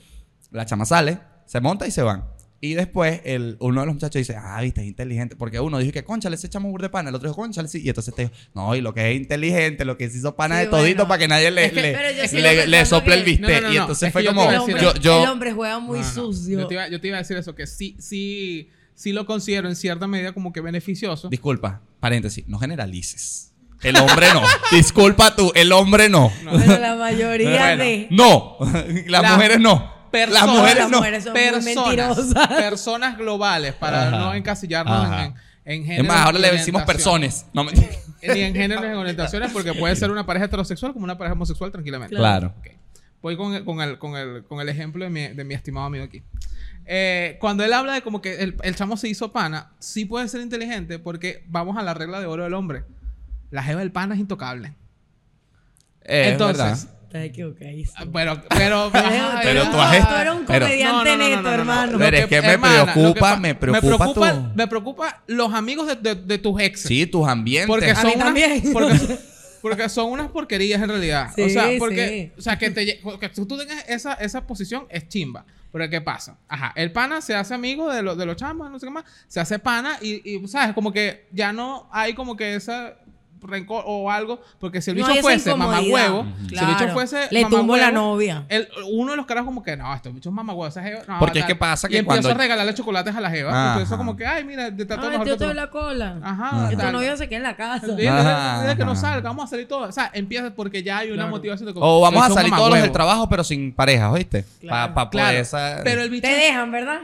La chama sale, se monta y se van. Y después el, uno de los muchachos dice, ah, viste, es inteligente. Porque uno dijo que, conchale, ese chamo es burda de pana. El otro dijo, conchale, sí. Y entonces te dijo, no, y lo que es inteligente, lo que se hizo pana
Sí,
de todito
bueno.
para que nadie le,
Es que-
le-
pero yo sigo
le, le
pensando
sople el
que-
bistec.
No, no, no,
y
no.
entonces
Es
fue
que yo
como,
te
El
iba a
yo,
hombre,
decir
yo,
eso.
el hombre juega muy
No, no.
sucio.
Yo te, iba, yo te iba a decir eso, que sí, sí, sí lo considero en cierta medida como que beneficioso.
disculpa, paréntesis, no generalices. El hombre
*laughs*
no. disculpa tú, el hombre no.
Pero la mayoría
Bueno.
de...
*laughs*
No, las
Las
mujeres no.
personas-
las mujeres
Las
no.
mujeres son muy mentirosas.
personas globales, para
Ajá,
no encasillarnos
ajá.
en, en género.
Es más, ahora le decimos
orientación.
personas. No
*laughs*
me-
Ni en géneros ni en orientaciones, porque puede ser una pareja heterosexual como una pareja homosexual tranquilamente.
Claro.
Ok. Voy con el, con el, con el, con el ejemplo de mi, de mi estimado amigo aquí. Eh, cuando él habla de como que el, el chamo se hizo pana, sí puede ser inteligente porque vamos a la regla de oro del hombre. La jeva del pana es intocable.
Eh, es
Entonces,
verdad.
Estás equivocadísimo.
Ah, Pero, pero, ajá,
*laughs* Pero
ya
tú
eres-
has-
tú eres un
pero-
comediante neto, hermano.
Pero es que me preocupa,
lo que
me
pa-
preocupa tú.
Me preocupa los amigos de, de- de tus exes.
Sí, tus ambientes.
Porque
A mí
son, unas,
también.
*laughs* porque, son- porque son unas porquerías en realidad. o
Sí,
sea, porque,
sí.
o sea, que, te lle- que tú, tú tengas esa, esa posición es chimba. Pero ¿qué pasa? Ajá, el pana se hace amigo de, lo- de los chamos, no sé qué más. Se hace pana y, y, ¿sabes? Como que ya no hay como que esa rencor o algo. Porque si el
No
bicho
hay esa
fuese mamá
incomodidad.
huevo,
Ujú.
si el bicho
Claro.
fuese
Le tumbó la
mamagüevo,
novia.
el- uno de los caras como que, no, este estos bichos mamagüevos, esa jeva, no,
Porque es
tal".
que pasa que
Y empiezo
cuando-
a regalarle chocolates a la jeva.
Ajá.
Entonces como que, ay, mira, te trato
Ay,
mejor
tío,
que
te
tú".
doy la cola.
Ajá,
Que
Que
tu
tu
tal.
novio se quede en la casa.
Sí, dile-
Ajá.
dile que no salga, vamos a salir todos. O sea, empieza porque ya hay una Claro. motivación de como,
O vamos a
son
salir todos los del
mamagüevos.
trabajo, pero sin pareja, ¿oíste? Para
Claro.
poder
Claro.
esa- *laughs*
Pero el bicho.
Te dejan, ¿verdad?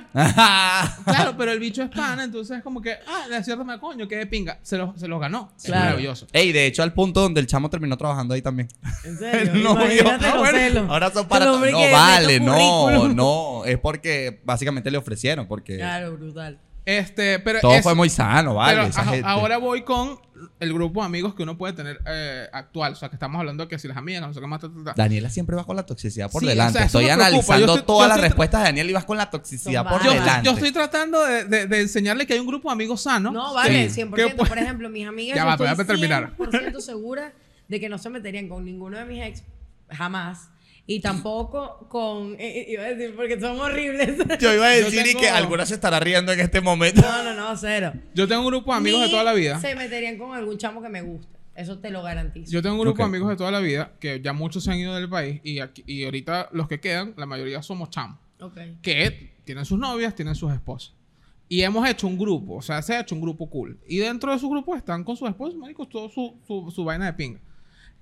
Claro, pero el bicho es pana, entonces es como que, ah, de cierto me coño, que de pinga. Se los se los ganó. Es
Claro.
Maravilloso.
Ey, de hecho, al punto donde el chamo terminó trabajando ahí también.
En
*laughs*
serio.
No,
Imagínate
Ah,
yo- no,
los
Ah, bueno,
celos.
Ahora son para
El
No
hombre que mete tu
vale, no,
currículum.
no. Es porque básicamente le ofrecieron, porque
Claro, brutal.
Este, pero.
todo
es-
fue muy sano, vale.
pero,
esa
ajá,
gente.
ahora voy con el grupo de amigos que uno puede tener eh, actual. O sea, que estamos hablando que si las amigas, no sé qué más, ta, ta, ta.
Daniela siempre va con la toxicidad por
Sí,
delante.
o sea, eso
Estoy
me preocupa.
analizando
Yo estoy-
todas
yo
las
estoy-
respuestas de Daniel y vas con la toxicidad
Son
por
Yo,
varias.
delante.
yo estoy tratando de, de- de enseñarle que hay un grupo de amigos sanos. pues,
No, vale,
Sí.
100%.
¿Qué pu-
Por ejemplo, mis amigas
Ya
yo
va,
estoy
pero déjame terminar.
100% segura de que no se meterían con ninguno de mis ex jamás. Y tampoco con... *laughs* eh, eh, iba a decir, porque son horribles. *laughs*
Yo iba a
Yo
decir y
tengo-
que alguna se estará riendo en este momento.
No, no, no, cero.
Yo tengo un grupo de amigos
Ni
de toda la vida.
se meterían con algún chamo que me gusta. Eso te lo garantizo.
Yo tengo un grupo
Ok.
de amigos de toda la vida que ya muchos se han ido del país y, aquí- y ahorita los que quedan, la mayoría somos chamos,
Ok.
que tienen sus novias, tienen sus esposas. Y hemos hecho un grupo, o sea, se ha hecho un grupo cool. Y dentro de su grupo están con sus esposas, marico, todo su, su, su vaina de pinga.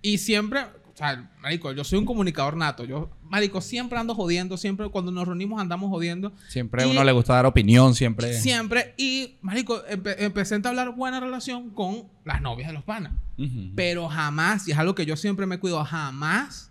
Y siempre, o sea, marico, yo soy un comunicador nato. Yo, marico, siempre ando jodiendo, siempre cuando nos reunimos andamos jodiendo.
*laughs* Siempre a
Y-
uno le gusta dar opinión, siempre.
Siempre. Y, marico, empe- empecé a entablar buena relación con las novias de los panas.
Ujú.
Pero jamás, y es algo que yo siempre me cuido, jamás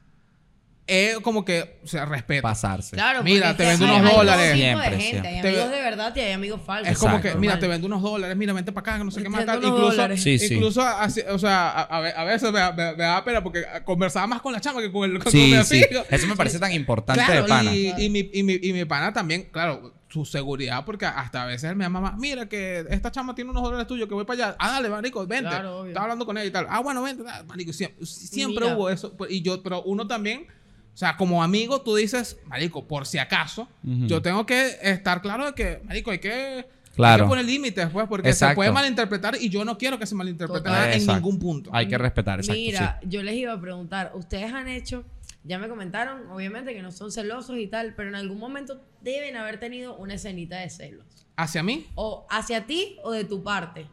es como que o sea, respeto.
Pasarse.
Claro,
Mira,
porque
te
es que
vendo
hay-
unos
hay
dólares.
todo tipo
Siempre,
de gente. Hay
siempre.
amigos
Te-
de verdad y hay amigos falsos.
Es como que,
Exacto.
mira, te
Normal.
vendo unos dólares, mira, vente para acá, que no sé qué
Te
más.
vendo
tal.
unos
Incluso,
dólares.
Sí, sí.
incluso así, o sea, a, a ve- a veces me, da- me- me da pena porque conversaba más con la chama que con, el, con mi
Sí,
amigo.
sí. Eso me parece tan importante
Claro,
de pana.
Y, y mi, y, mi, y mi pana también, claro, su seguridad, porque hasta a veces él me llama más, mira que esta chama tiene unos dólares tuyos, que voy para allá. Ah, dale, marico, vente.
Claro, obvio.
Estaba hablando con ella y tal. Ah, bueno, vente. Ah, marico, siempre, siempre
Mira.
hubo eso. pues, Y yo, pero uno también, o sea, como amigo, tú dices, marico, por si acaso,
Ujú.
yo tengo que estar claro de que, marico, hay que...
Claro.
Hay que poner límites, pues, porque se
Exacto.
puede malinterpretar y yo no quiero que se malinterprete
Total.
nada en
Exacto.
ningún punto.
Hay que respetar, exacto.
Mira,
sí.
yo les iba a preguntar, ustedes han hecho, ya me comentaron, obviamente que no son celosos y tal, pero en algún momento deben haber tenido una escenita de celos.
¿Hacia mí?
O hacia ti o de tu parte.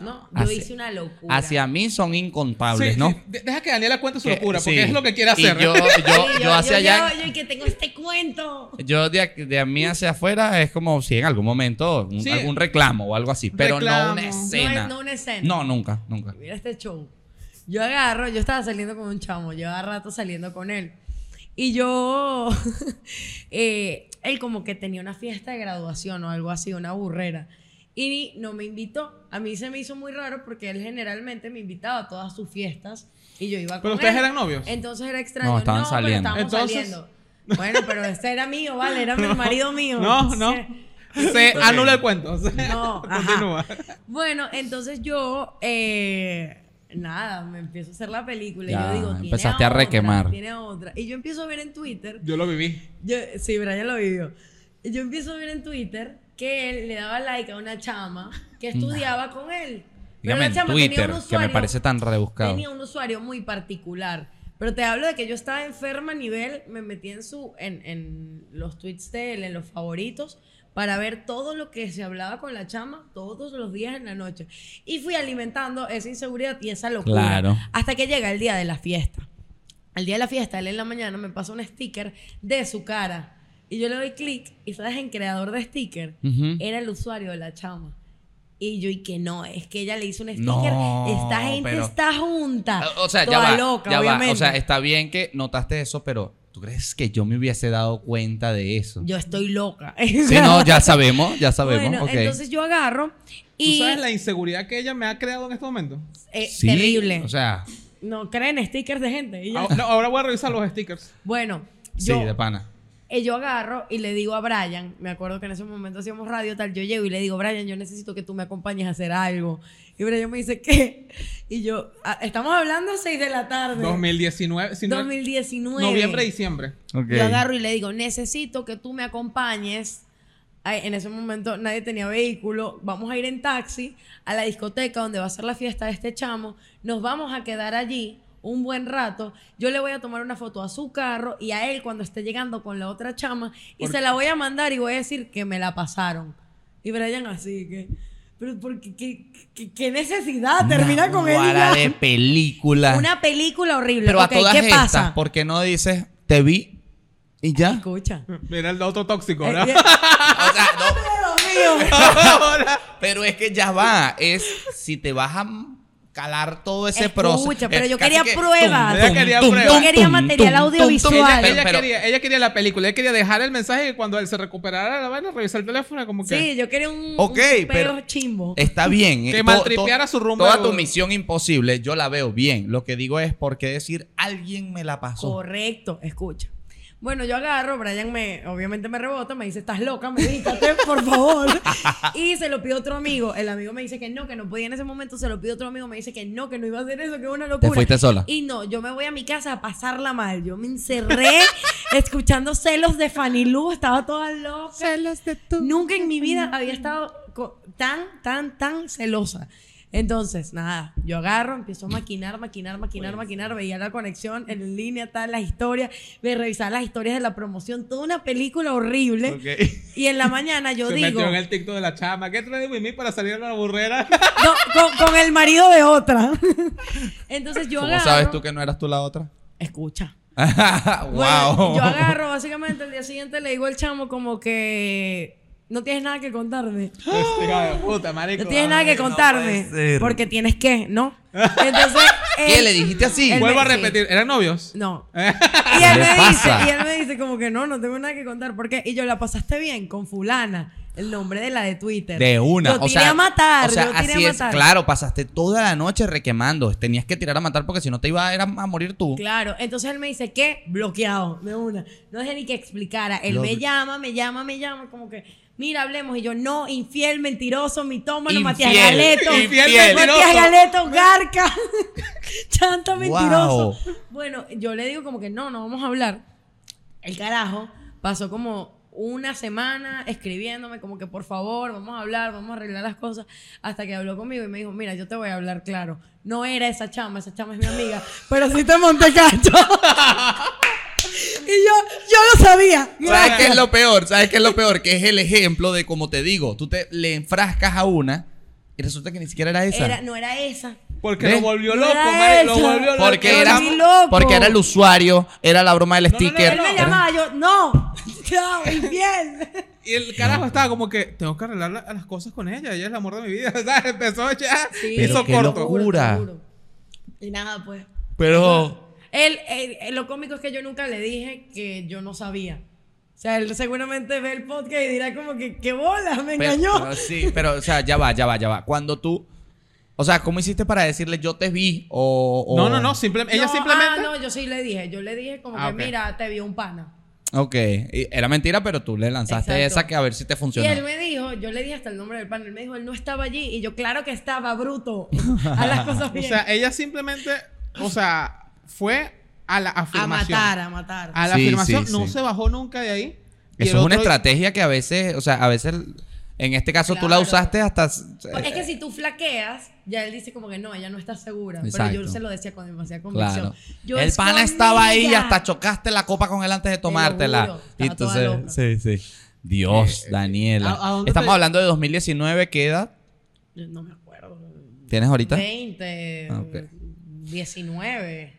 No, yo
Hacia-
hice una locura.
Hacia mí son incontables,
Sí,
¿no?
sí. De- Deja que Daniela cuente su
Que-
locura,
sí.
porque es lo que quiere
Y
hacer.
yo,
*laughs* Sí,
yo, yo hacia allá.
Yo, yo, que tengo este cuento.
Yo de, aquí- de a mí hacia afuera es como si en algún momento un-
Sí.
algún reclamo o algo así, pero no
Reclamo.
una
No es-
escena.
No, no una escena.
No, nunca, nunca.
Mira este show. Yo agarro, yo estaba saliendo con un chamo, llevaba rato saliendo con él. Y yo, *laughs* eh, él como que tenía una fiesta de graduación o algo así, una burrera. Y no me invitó. A mí se me hizo muy raro porque él generalmente me invitaba a todas sus fiestas y yo iba con
Pero ustedes
él.
eran novios.
Entonces era extraño.
No, estaban
pero
saliendo.
estábamos
Entonces-
saliendo. Bueno, pero este era mío, ¿vale? Era
*laughs*
mi marido mío.
No,
*laughs*
no. Se anula el cuento. Se-
No, ajá.
*laughs* continúa.
Bueno, entonces yo, eh, nada, me empiezo a hacer la película.
Ya,
y yo digo, "Tiene
empezaste a
otra,
requemar".
Tiene otra. Y yo empiezo a ver en Twitter.
Yo lo viví.
yo- sí, Brian lo vivió. yo empiezo a ver en Twitter que él le daba like a una chama que estudiaba con él. Pero
Dígame
la
en
chama tenía
Twitter,
un
que me
usuario-
parece tan rebuscado.
Tenía un usuario muy particular. Pero te hablo de que yo estaba enferma a nivel, me metí en su en, en los tweets de él, en los favoritos, para ver todo lo que se hablaba con la chama todos los días en la noche. Y fui alimentando esa inseguridad y esa locura.
Claro.
Hasta que llega el día de la fiesta. El día de la fiesta, él en la mañana me pasa un sticker de su cara. Y yo le doy clic y sabes en creador de sticker
Ujú.
era el usuario de la chama. Y yo, y que no, es que ella le hizo un sticker.
No,
Esta gente
pero-
está junta.
O sea, ya
toda
va.
loca,
ya va.
obviamente.
O sea, está bien que notaste eso, pero ¿tú crees que yo me hubiese dado cuenta de eso?
yo estoy loca. *laughs*
Sí, no, ya sabemos, ya sabemos.
Bueno,
ok.
entonces yo agarro y.
¿Tú sabes la inseguridad que ella me ha creado en este momento?
eh,
Sí,
Terrible.
O sea,
no creen stickers de gente. y ya.
Ah, no, ahora voy a revisar los stickers.
Bueno,
sí,
yo,
de pana.
eh, yo agarro y le digo a Brian, me acuerdo que en ese momento hacíamos radio tal, yo llego y le digo, Brian, yo necesito que tú me acompañes a hacer algo. Y Brian me dice, ¿qué? Y yo, ah, estamos hablando a 6 de la tarde.
2019, si no-
2019.
noviembre, diciembre.
Yo agarro y le digo, necesito que tú me acompañes. Ay, en ese momento nadie tenía vehículo. Vamos a ir en taxi a la discoteca donde va a ser la fiesta de este chamo. Nos vamos a quedar allí un buen rato. Yo le voy a tomar una foto a su carro y a él cuando esté llegando con la otra chama. Y se la voy a mandar y voy a decir que me la pasaron. Y Brian así que... Pero porque, ¿qué, qué- qué necesidad? Termina con él y
Guara
ya.
de película.
Una película horrible.
pero
Ok,
a todas
¿Qué
estas,
pasa?
¿por qué no dices te vi y ya?
Escucha.
Mira el otro tóxico,
Eh,
¿verdad?
eh,
O sea, no,
Dios mío.
Pero es que ya va, es si te vas a calar todo ese
Escucha,
proceso.
pero
eh,
yo
casi
quería
que-
pruebas.
tum,
Ella
tum,
quería
tum,
pruebas.
tum,
Yo quería
tum,
material
tum, tum,
audiovisual.
tum.
Ella,
Pero-
ella
pero-
quería, ella quería la película, ella quería dejar el mensaje y cuando él se recuperara la vaina, revisar el teléfono como *laughs* que...
Sí, yo quería un,
Ok,
un
pero-
peo chimbo.
Está bien. eh,
Que
to-
maltripeara
to-
su rumbo
Toda
de-
tu misión imposible, yo la veo bien. Lo que digo es porque decir alguien me la pasó.
Correcto, escucha. Bueno, yo agarro, Brian me, obviamente me rebota, me dice, estás loca, medítate,
*laughs*
por favor. Y se lo pido a otro amigo. El amigo me dice que no, que no podía en ese momento. Se lo pido a otro amigo, me dice que no, que no iba a hacer eso, que es una locura.
fuiste sola.
Y no, yo me voy a mi casa a pasarla mal. Yo me encerré *laughs* escuchando celos de Fanny Lu, estaba toda loca. Celos de tú. Nunca en mi vida había estado co- tan, tan, tan celosa. Entonces, nada, yo agarro, empiezo a maquinar, maquinar, maquinar,
Pues.
maquinar, veía la conexión en línea, tal, la historia, me revisaba las historias de la promoción, toda una película horrible. Y en la
*laughs*
mañana yo
se
digo,
metió en el TikTok de la chama. ¿Qué trae de mí para salir a
*laughs*
la burrera? Este
no, con, con el marido de otra. *laughs* Entonces yo
¿Cómo
agarro,
sabes tú que no eras tú la otra? *laughs*
escucha,
wow.
Bueno,
*laughs*
yo agarro, básicamente, el día siguiente le digo al chamo como que no tienes nada que contarme.
Este hijo de puta, marico.
No tienes nada que contarme. porque tienes que, ¿no? Entonces.
*laughs* ¿Qué
él-
le dijiste así?
él me-
Vuelvo a
sí.
repetir, ¿eran novios? *laughs*
No.
Eh,
Y él,
¿Qué le
me dice,
pasa?
y él me dice como que no, no tengo nada que contar. ¿Por qué? Y yo la pasaste bien con fulana. El nombre de la de Twitter.
De una.
Lo
o
tiré
sea,
a matar.
O sea,
lo tiré
así
a
es.
matar.
Claro, pasaste toda la noche requemando. Tenías que tirar a matar porque si no te iba a, era a morir tú.
Claro, entonces él me dice que bloqueado, de una. No dejé ni que explicara. Él
Lo-
me llama, me llama, me llama, como que, mira, hablemos. Y yo, no, infiel, mentiroso, mitómano, Matías
Infiel,
Galeto.
infiel,
Matías
mentiroso.
Galeto, garca. *laughs* Chanta mentiroso.
Wow.
Bueno, yo le digo como que no, no vamos a hablar. El carajo pasó como una semana escribiéndome como que por favor, vamos a hablar, vamos a arreglar las cosas, hasta que habló conmigo y me dijo, mira, yo te voy a hablar claro. No era esa chama, esa chama es mi amiga, pero sí te monté cacho. *laughs* y yo, yo lo sabía.
¿Sabes qué es lo peor? ¿Sabes qué es lo peor? Que es el ejemplo de como te digo, tú te le enfrascas a una y resulta que ni siquiera era esa.
Era- no era esa.
Porque
¿Ves?
lo volvió
No
loco,
era
marico. Lo
eso.
volvió loco.
porque
Yo
era
volví loco.
porque era el usuario, era la broma del
no,
sticker.
Él me
era-
llamaba, yo, no, *laughs* chao, infiel.
Y el carajo estaba como que, tengo que arreglar la- las cosas con ella. Ella es el amor de mi vida. *laughs* ¿sabes? Empezó ya.
Sí.
hizo
Pero qué
corto.
locura.
Te juro, te juro. Y nada, pues.
Pero
Él, él- él- lo cómico es que yo nunca le dije que yo no sabía. O sea, él seguramente ve el podcast y dirá como que, ¿qué bola? Me
Pero-
engañó.
pero sí, pero, o sea, ya va, ya va, ya va. Cuando tú. O sea, ¿cómo hiciste para decirle yo te vi? O. o-
No, no, no. simplemente ella
No,
simplemente.
Ah, no, yo sí le dije. Yo le dije como
Ah,
que,
ok.
mira, te vio un pana.
Ok. y Era mentira, pero tú le lanzaste
Exacto.
esa que a ver si te
Y él
funcionó.
me dijo, yo le dije hasta el nombre del pana. Él me dijo, él no estaba allí. Y yo, claro que estaba, bruto. A las
*laughs*
cosas
O
bien.
sea, ella simplemente, o sea, fue a la
a
afirmación.
matar, a matar.
A la
Sí,
afirmación.
sí,
no
sí.
se bajó nunca de ahí. Y el
Eso es una
otro-
estrategia que a veces, o sea, a veces, en este caso tú la
Claro.
usaste hasta...
Pues es
eh,
que si tú flaqueas, ya él dice como que no, ella no está segura. Pero
Exacto.
yo se lo decía con demasiada convicción.
Claro.
Yo
el
es
pana
con
estaba ahí y
ella.
hasta chocaste la copa con él antes de tomártela.
juro, estaba
Y
toda
entonces,
loca.
sí, sí. Dios,
Eh, eh,
Daniela.
¿a- a dónde
Estamos
te-
hablando de 2019, ¿qué edad
Yo No me acuerdo.
tienes ahorita?
20,
Ah, ok.
19.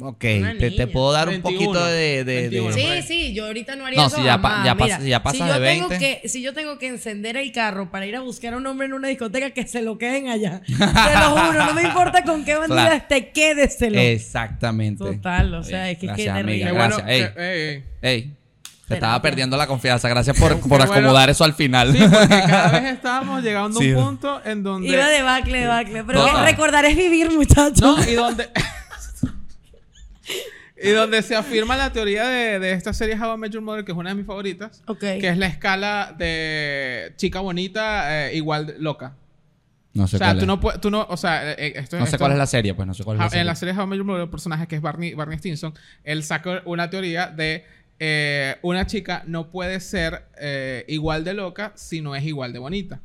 Ok,
Una
te, te
niña.
puedo dar un
21,
poquito de... de- de-
21.
Sí,
por ahí.
sí, yo ahorita no haría
pues. No,
eso
si ya pa-
jamás.
ya pas-
Mira,
si ya pasas
si yo
de
Tengo
20.
que, si yo tengo que encender el carro para ir a buscar a un hombre en una discoteca, que se lo
*laughs*
queden allá. Te lo juro, no me importa con qué bandida
Claro.
esté, quédeselo.
Exactamente.
Total, o sea, es que-
Gracias,
que
amiga,
Qué
terrible.
gracias.
bueno. eh,
Ey,
que- ey, ey.
ey, te
Terapia.
estaba perdiendo la confianza. Gracias por, por
bueno.
acomodar eso al final.
Sí, porque cada vez estábamos llegando a
Sí.
un punto en donde.
Iba de bacle, de bacle. Pero
No.
que recordar es vivir, muchachos.
No, y donde. *laughs* y donde se afirma la teoría de, de esta serie How I Met Your Mother, que es una de mis favoritas.
Ok.
Que es la escala de chica bonita, eh, igual loca.
*laughs* No
O
sé
sea,
cuál
tú
es.
no puedes. Tú no, o sea, eh, eh, esto,
No sé
esto-
cuál es la serie, pues no sé cuál es la
Ja-
serie.
En la serie How I Met Your Mother, el personaje que es Barney, Barney Stinson, él saca una teoría de eh, una chica no puede ser eh, igual de loca si no es igual de bonita.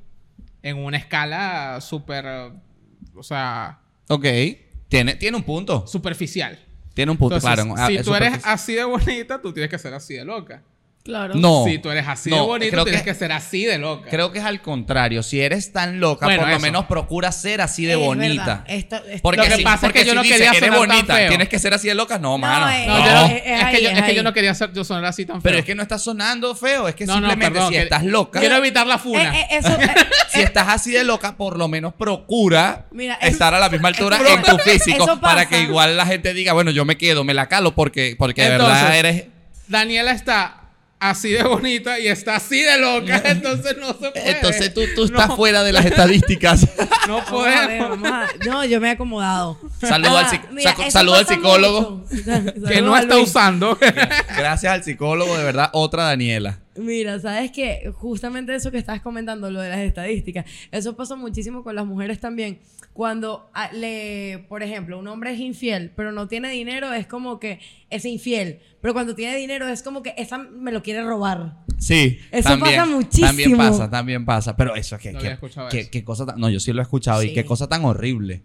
En una escala súper, eh, o sea,
Ok. Tiene, tiene un punto.
superficial.
Tiene un punto,
Entonces,
claro. Ah,
si
es
tú eres
superficie.
así de bonita, tú tienes que ser así de loca.
Claro.
No.
Si tú eres así de
No,
bonita,
creo
tienes
que-
que, ser así de loca.
Creo que es al contrario. Si eres tan loca,
Bueno,
por lo
eso.
menos procura ser así de
Es
bonita.
verdad. Esto- esto-
Porque
Lo que
si,
pasa es
porque
que yo
si
no
dice,
quería
eres
sonar tan
bonita,
feo".
tienes que ser así de loca. No, mano.
eh,
No,
No,
yo no-
es-
es,
es
que
ahí,
yo,
es
es que yo
ahí.
no quería ser, yo sonar así tan feo.
Pero es que no estás sonando feo. Es que
No, no,
simplemente
perdón,
si
que-
estás loca,
Quiero evitar la
Eh,
funa.
eh, eso,
*laughs*
eh,
si estás así de loca, por lo menos procura
Mira, es-
estar
*laughs*
a la misma altura
eso-
en tu físico.
eso pasa.
Para que igual la gente diga, bueno, yo me quedo, me la calo porque, porque de
Entonces,
verdad eres.
Daniela está así de bonita y está así
*laughs*
de loca, entonces no se puede.
Entonces tú, tú
eh, No,
estás fuera
*laughs*
de las estadísticas. *laughs*
No
vamos a ver,
podemos.
vamos a- no, yo me he acomodado.
Saludo al
Ah,
psic-
mira,
saco-
eso
saludo al
pasa
psicólogo.
mucho. Saludo
Que no
a
está
Luis.
usando. *laughs*
Gracias al psicólogo, de verdad, otra Daniela.
Mira, sabes que justamente eso que estabas comentando, lo de las estadísticas, eso pasa muchísimo con las mujeres también. Cuando ah, le, por ejemplo, un hombre es infiel, pero no tiene dinero, es como que es infiel. Pero cuando tiene dinero, es como que esa me lo quiere robar.
Sí.
Eso pasa
También
muchísimo.
pasa, también pasa. Pero eso, ¿qué,
No había
qué,
escuchado
qué-
eso.
qué cosa tan... No, yo sí lo he escuchado. Y
Sí.
qué cosa tan horrible.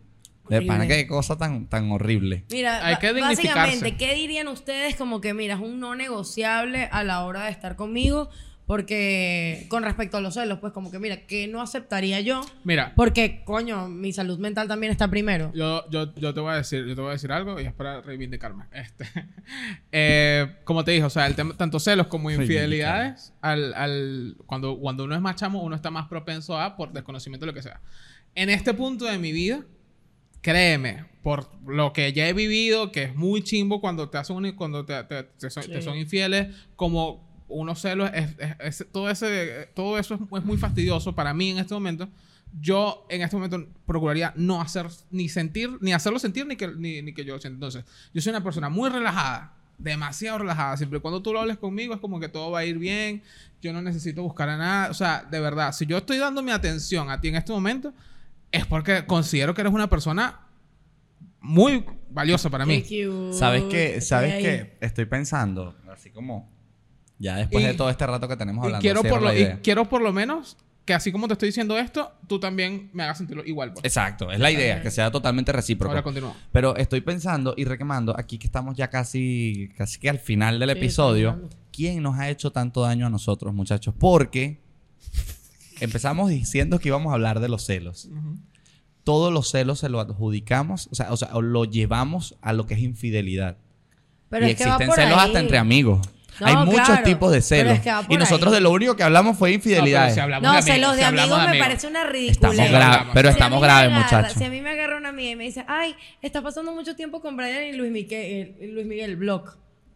De
Horrible.
pana, qué cosa tan, tan horrible.
Mira,
Hay
ba-
que dignificarse.
básicamente, ¿qué dirían ustedes como que, mira, es un no negociable a la hora de estar conmigo? Porque con respecto a los celos, pues como que, mira, que no aceptaría yo?
Mira,
Porque, coño, mi salud mental también está primero.
yo, yo, yo te voy a decir, yo te voy a decir algo y es para reivindicarme. Este, *laughs* eh, como te dije, o sea, el tema, tanto celos como infidelidades, al, al, cuando, cuando uno es más chamo, uno está más propenso a por desconocimiento de lo que sea. En este punto de mi vida, créeme, por lo que ya he vivido, que es muy chimbo cuando te hacen un- cuando te, te- te son, te son infieles, como unos celos, es- es- es- todo, ese, todo eso es, es muy fastidioso para mí en este momento. Yo en este momento procuraría no hacer ni sentir, ni hacerlo sentir, ni que, ni, ni que yo lo sienta. Entonces, yo soy una persona muy relajada, demasiado relajada. Siempre y cuando tú lo hables conmigo es como que todo va a ir bien, yo no necesito buscar a nada. O sea, de verdad, si yo estoy dando mi atención a ti en este momento, es porque considero que eres una persona muy valiosa para mí.
Qué cute.
¿Sabes qué? ¿Sabes
Ay.
qué? Estoy pensando, así como... Ya después
Y-
de todo este rato que tenemos
Y
hablando,
quiero,
cierro
por lo,
la
y
idea.
quiero por lo menos que así como te estoy diciendo esto, tú también me hagas sentirlo igual. pues.
Exacto, es la idea, que sea totalmente recíproco.
Ahora continúa.
Pero estoy pensando y requemando, aquí que estamos ya casi, casi que al final del
Sí,
episodio,
estamos hablando.
¿quién nos ha hecho tanto daño a nosotros, muchachos? Porque empezamos diciendo que íbamos a hablar de los celos. Todos los celos se lo adjudicamos, o sea, o sea, o lo llevamos a lo que es infidelidad.
Pero
y
es que va
existen
por
celos
ahí.
hasta entre amigos.
No,
Hay muchos
claro,
tipos de
pero
celos.
es que va
y
por
nosotros
ahí.
de lo único que hablamos fue
No, pero
infidelidades.
si hablamos
No,
de
se
amigos,
los
si
de
hablamos
amigos
de
me
amigos.
parece una ridícula.
estamos
Sí,
graves,
hablamos.
pero
Si a mí
estamos
me
graves,
agarra-
muchachos.
Si a mí me agarra una amiga y me dice, ay, estás pasando mucho tiempo con Brian y Luis Miguel, eh, Luis Miguel, blog,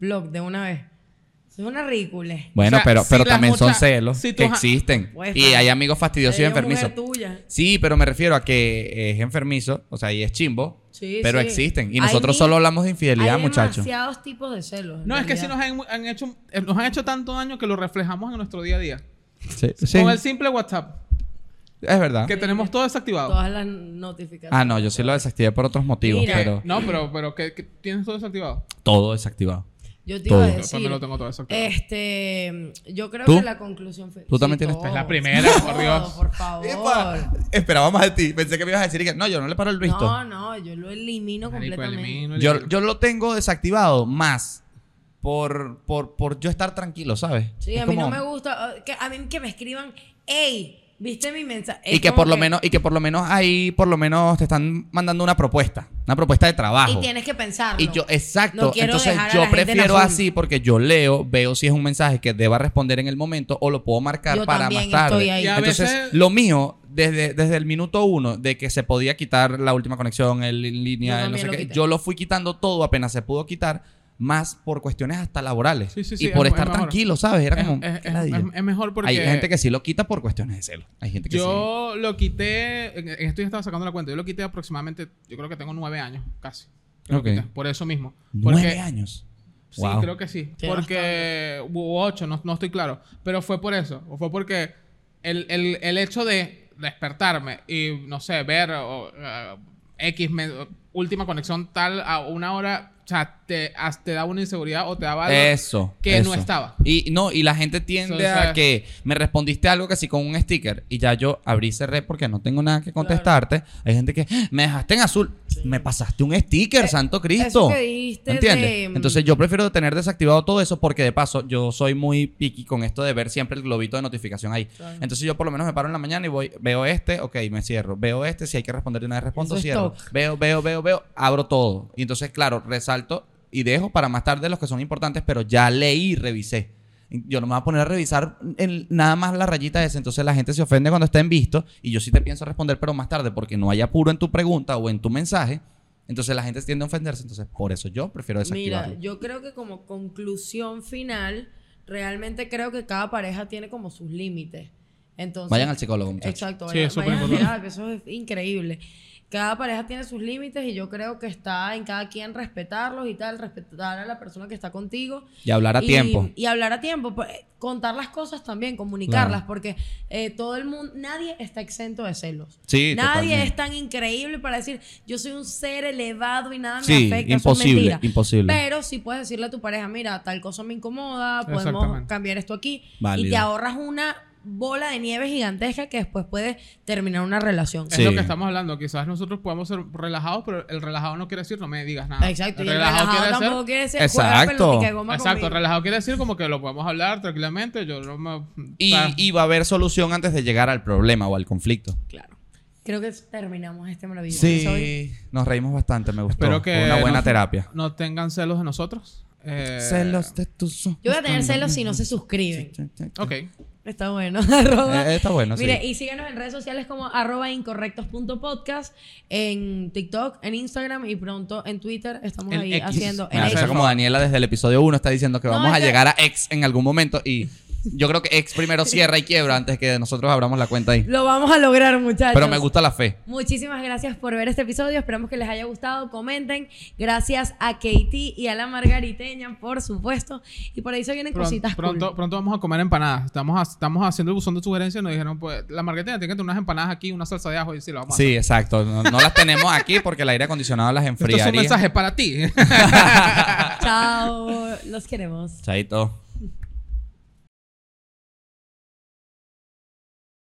blog de una vez. Eso Es una ridícula.
Bueno,
O sea,
pero,
si
pero
las
también son
mucha-
celos
si
que
tus a-
existen.
Pues,
y
pa,
hay amigos fastidiosos y
Te digo,
enfermizos.
mujer tuya.
Sí, pero me refiero a que es enfermizo, o sea, y es chimbo,
Sí,
pero
sí.
existen. Y
Hay
nosotros
mil-
solo hablamos de infidelidad,
Hay
muchachos.
demasiados tipos de celos. en
No, es que sí
realidad.
nos han, han hecho, eh, nos han hecho tanto daño que lo reflejamos en nuestro día a día.
Sí, sí, Ah.
Con el simple WhatsApp,
es verdad.
que tenemos todo desactivado.
Todas las notificaciones.
Ah, no, yo sí lo desactivé por otros motivos,
Mira.
pero
No, pero, pero que, que tienes todo desactivado.
todo desactivado.
Yo te
Todo.
iba a
Yo
Después
decir.
me lo tengo todo eso.
Este, yo creo
¿Tú?
que la conclusión fue.
¿Tú también tienes-
todo,
Es la primera, por Dios.
Por favor.
Epa, Esperaba más de ti. Pensé que me ibas a decir que no, yo no le paro el visto.
No, no, yo lo elimino
Marico,
completamente.
elimino,
yo,
elimino.
yo lo tengo desactivado más por, por, por yo estar tranquilo, ¿sabes?
Sí,
Es
a mí no
como-
me gusta. ah, Que, a mí que me escriban, hey, ¿viste mi mensaje?
Y que, por lo menos, y que por lo menos ahí, por lo menos te están mandando una propuesta, una propuesta de trabajo.
Y tienes que pensarlo.
Y yo, eh, exacto.
No quiero
Entonces
dejar a la
yo
gente en
prefiero
azul.
así porque yo leo, veo si es un mensaje que deba responder en el momento o lo puedo marcar
Yo
para más
también
tarde.
estoy ahí.
Y a
Entonces,
veces-
lo mío, desde, desde el minuto uno, de que se podía quitar la última conexión, el en
Yo
línea, el no
también
sé
lo
qué,
quité.
yo lo fui quitando todo apenas se pudo quitar, más por cuestiones hasta laborales.
Sí, sí,
y
sí,
por
es-
estar
es mejor.
tranquilo, ¿sabes? Era
Es-
como.
es,
"Qué
es-
ladilla".
es- es mejor porque
Hay gente que sí lo quita por cuestiones de celo. Hay gente que sí.
yo lo quité, en, en esto ya estaba sacando la cuenta, yo lo quité aproximadamente, yo creo que tengo nueve años, casi. que lo
Ok.
quité, por eso mismo.
Nueve
Porque,
años.
Sí,
Wow.
creo que sí.
Sí,
porque hubo ocho, no, no estoy claro. Pero fue por eso. O fue porque el, el- el hecho de despertarme y, no sé, ver o, eh, X, me- última conexión tal a una hora, o sea, te, as- te da una inseguridad o te daba algo
Eso.
que no
eso.
estaba.
Y no, y la gente tiende
Entonces-
a que me respondiste algo que sí con un sticker y ya yo abrí y cerré porque no tengo nada que contestarte. Hay gente que "Ah, me dejaste en azul, me pasaste un sticker, santo Cristo.
Eh, eso que dijiste
¿Entiendes?
de- mm,
Entonces yo prefiero tener desactivado todo eso porque de paso yo soy muy picky con esto de ver siempre el globito de notificación ahí. Entonces yo por lo menos me paro en la mañana y voy, veo este, ok, me cierro, veo este, si hay que responder de una vez respondo,
Eso es
cierro,
toc.
veo, veo, veo, veo, abro todo. Y entonces, claro, resalto y dejo para más tarde los que son importantes, pero ya leí y revisé. Yo no me voy a poner a revisar el- nada más la rayita esa. Entonces la gente se ofende cuando está en visto y yo sí te pienso responder, pero más tarde, porque no hay apuro en tu pregunta o en tu mensaje. Entonces la gente tiende a ofenderse. Entonces, por eso yo prefiero desactivarlo.
Mira, yo creo que como conclusión final, realmente creo que cada pareja tiene como sus límites. Entonces,
Vayan al psicólogo, muchachos.
Exacto,
Sí,
vayan-
es súper
vayan a
importante.
terapia, eso es increíble. Cada pareja tiene sus límites y yo creo que está en cada quien respetarlos y tal, respetar a la persona que está contigo.
Y hablar a
Y-
tiempo.
Y hablar a tiempo, pues, contar las cosas también, comunicarlas,
Claro.
porque eh, todo el mundo, nadie está exento de celos.
Sí,
Nadie
totalmente.
es tan increíble para decir, yo soy un ser elevado y nada me
Sí,
afecta. eso es
imposible,
mentira.
imposible.
Pero sí puedes decirle a tu pareja, mira, tal cosa me incomoda, podemos
Exactamente.
cambiar esto aquí.
Válido.
Y te ahorras una bola de nieve gigantesca que después puede terminar una relación.
Es
Sí.
lo que estamos hablando. Quizás nosotros podamos ser relajados, pero el relajado no quiere decir no me digas nada.
Ah, Exacto.
El
Y el
relajado
relajado
quiere
tampoco
decir-
quiere ser
Exacto.
Exacto, relajado quiere decir como que lo podemos hablar tranquilamente. Yo no me.
Y,
o sea,
y va a haber solución antes de llegar al problema o al conflicto.
Claro. Creo que terminamos este maravilloso episodio.
Sí, nos reímos bastante, me gustó.
Espero que
Fue una buena
no-
terapia.
No tengan celos de nosotros. Eh,
Celos de tus ojos.
Yo voy a tener celos si no se suscriben.
Ok.
Está bueno. *laughs* Arroba-
Eh, está bueno, sí.
Mire, y síganos en redes sociales como arroba incorrectos.podcast, en TikTok, en Instagram y pronto en Twitter estamos
En
ahí
X.
haciendo
Me da
en
risa
X.
como Daniela desde el episodio 1 está diciendo que
No,
vamos a
es que-
llegar a ex en algún momento y yo creo que ex primero cierra y quiebra antes que nosotros abramos la cuenta ahí.
Lo vamos a lograr, muchachos.
Pero me gusta la fe.
Muchísimas gracias por ver este episodio. Esperamos que les haya gustado. Comenten. Gracias a Katie y a la Margariteña, por supuesto. Y por ahí se vienen
Pron-
cositas
pronto,
cool.
pronto vamos a comer empanadas. Estamos, ha- estamos haciendo el buzón de sugerencias. Nos dijeron, pues, la marquetina tiene que tener unas empanadas aquí, una salsa de ajo y sí, lo vamos a hacer.
Sí, exacto. No, no las tenemos aquí porque el aire acondicionado las
Esto es un
enfriaría.
mensaje para ti.
Chao. Los queremos.
Chaito.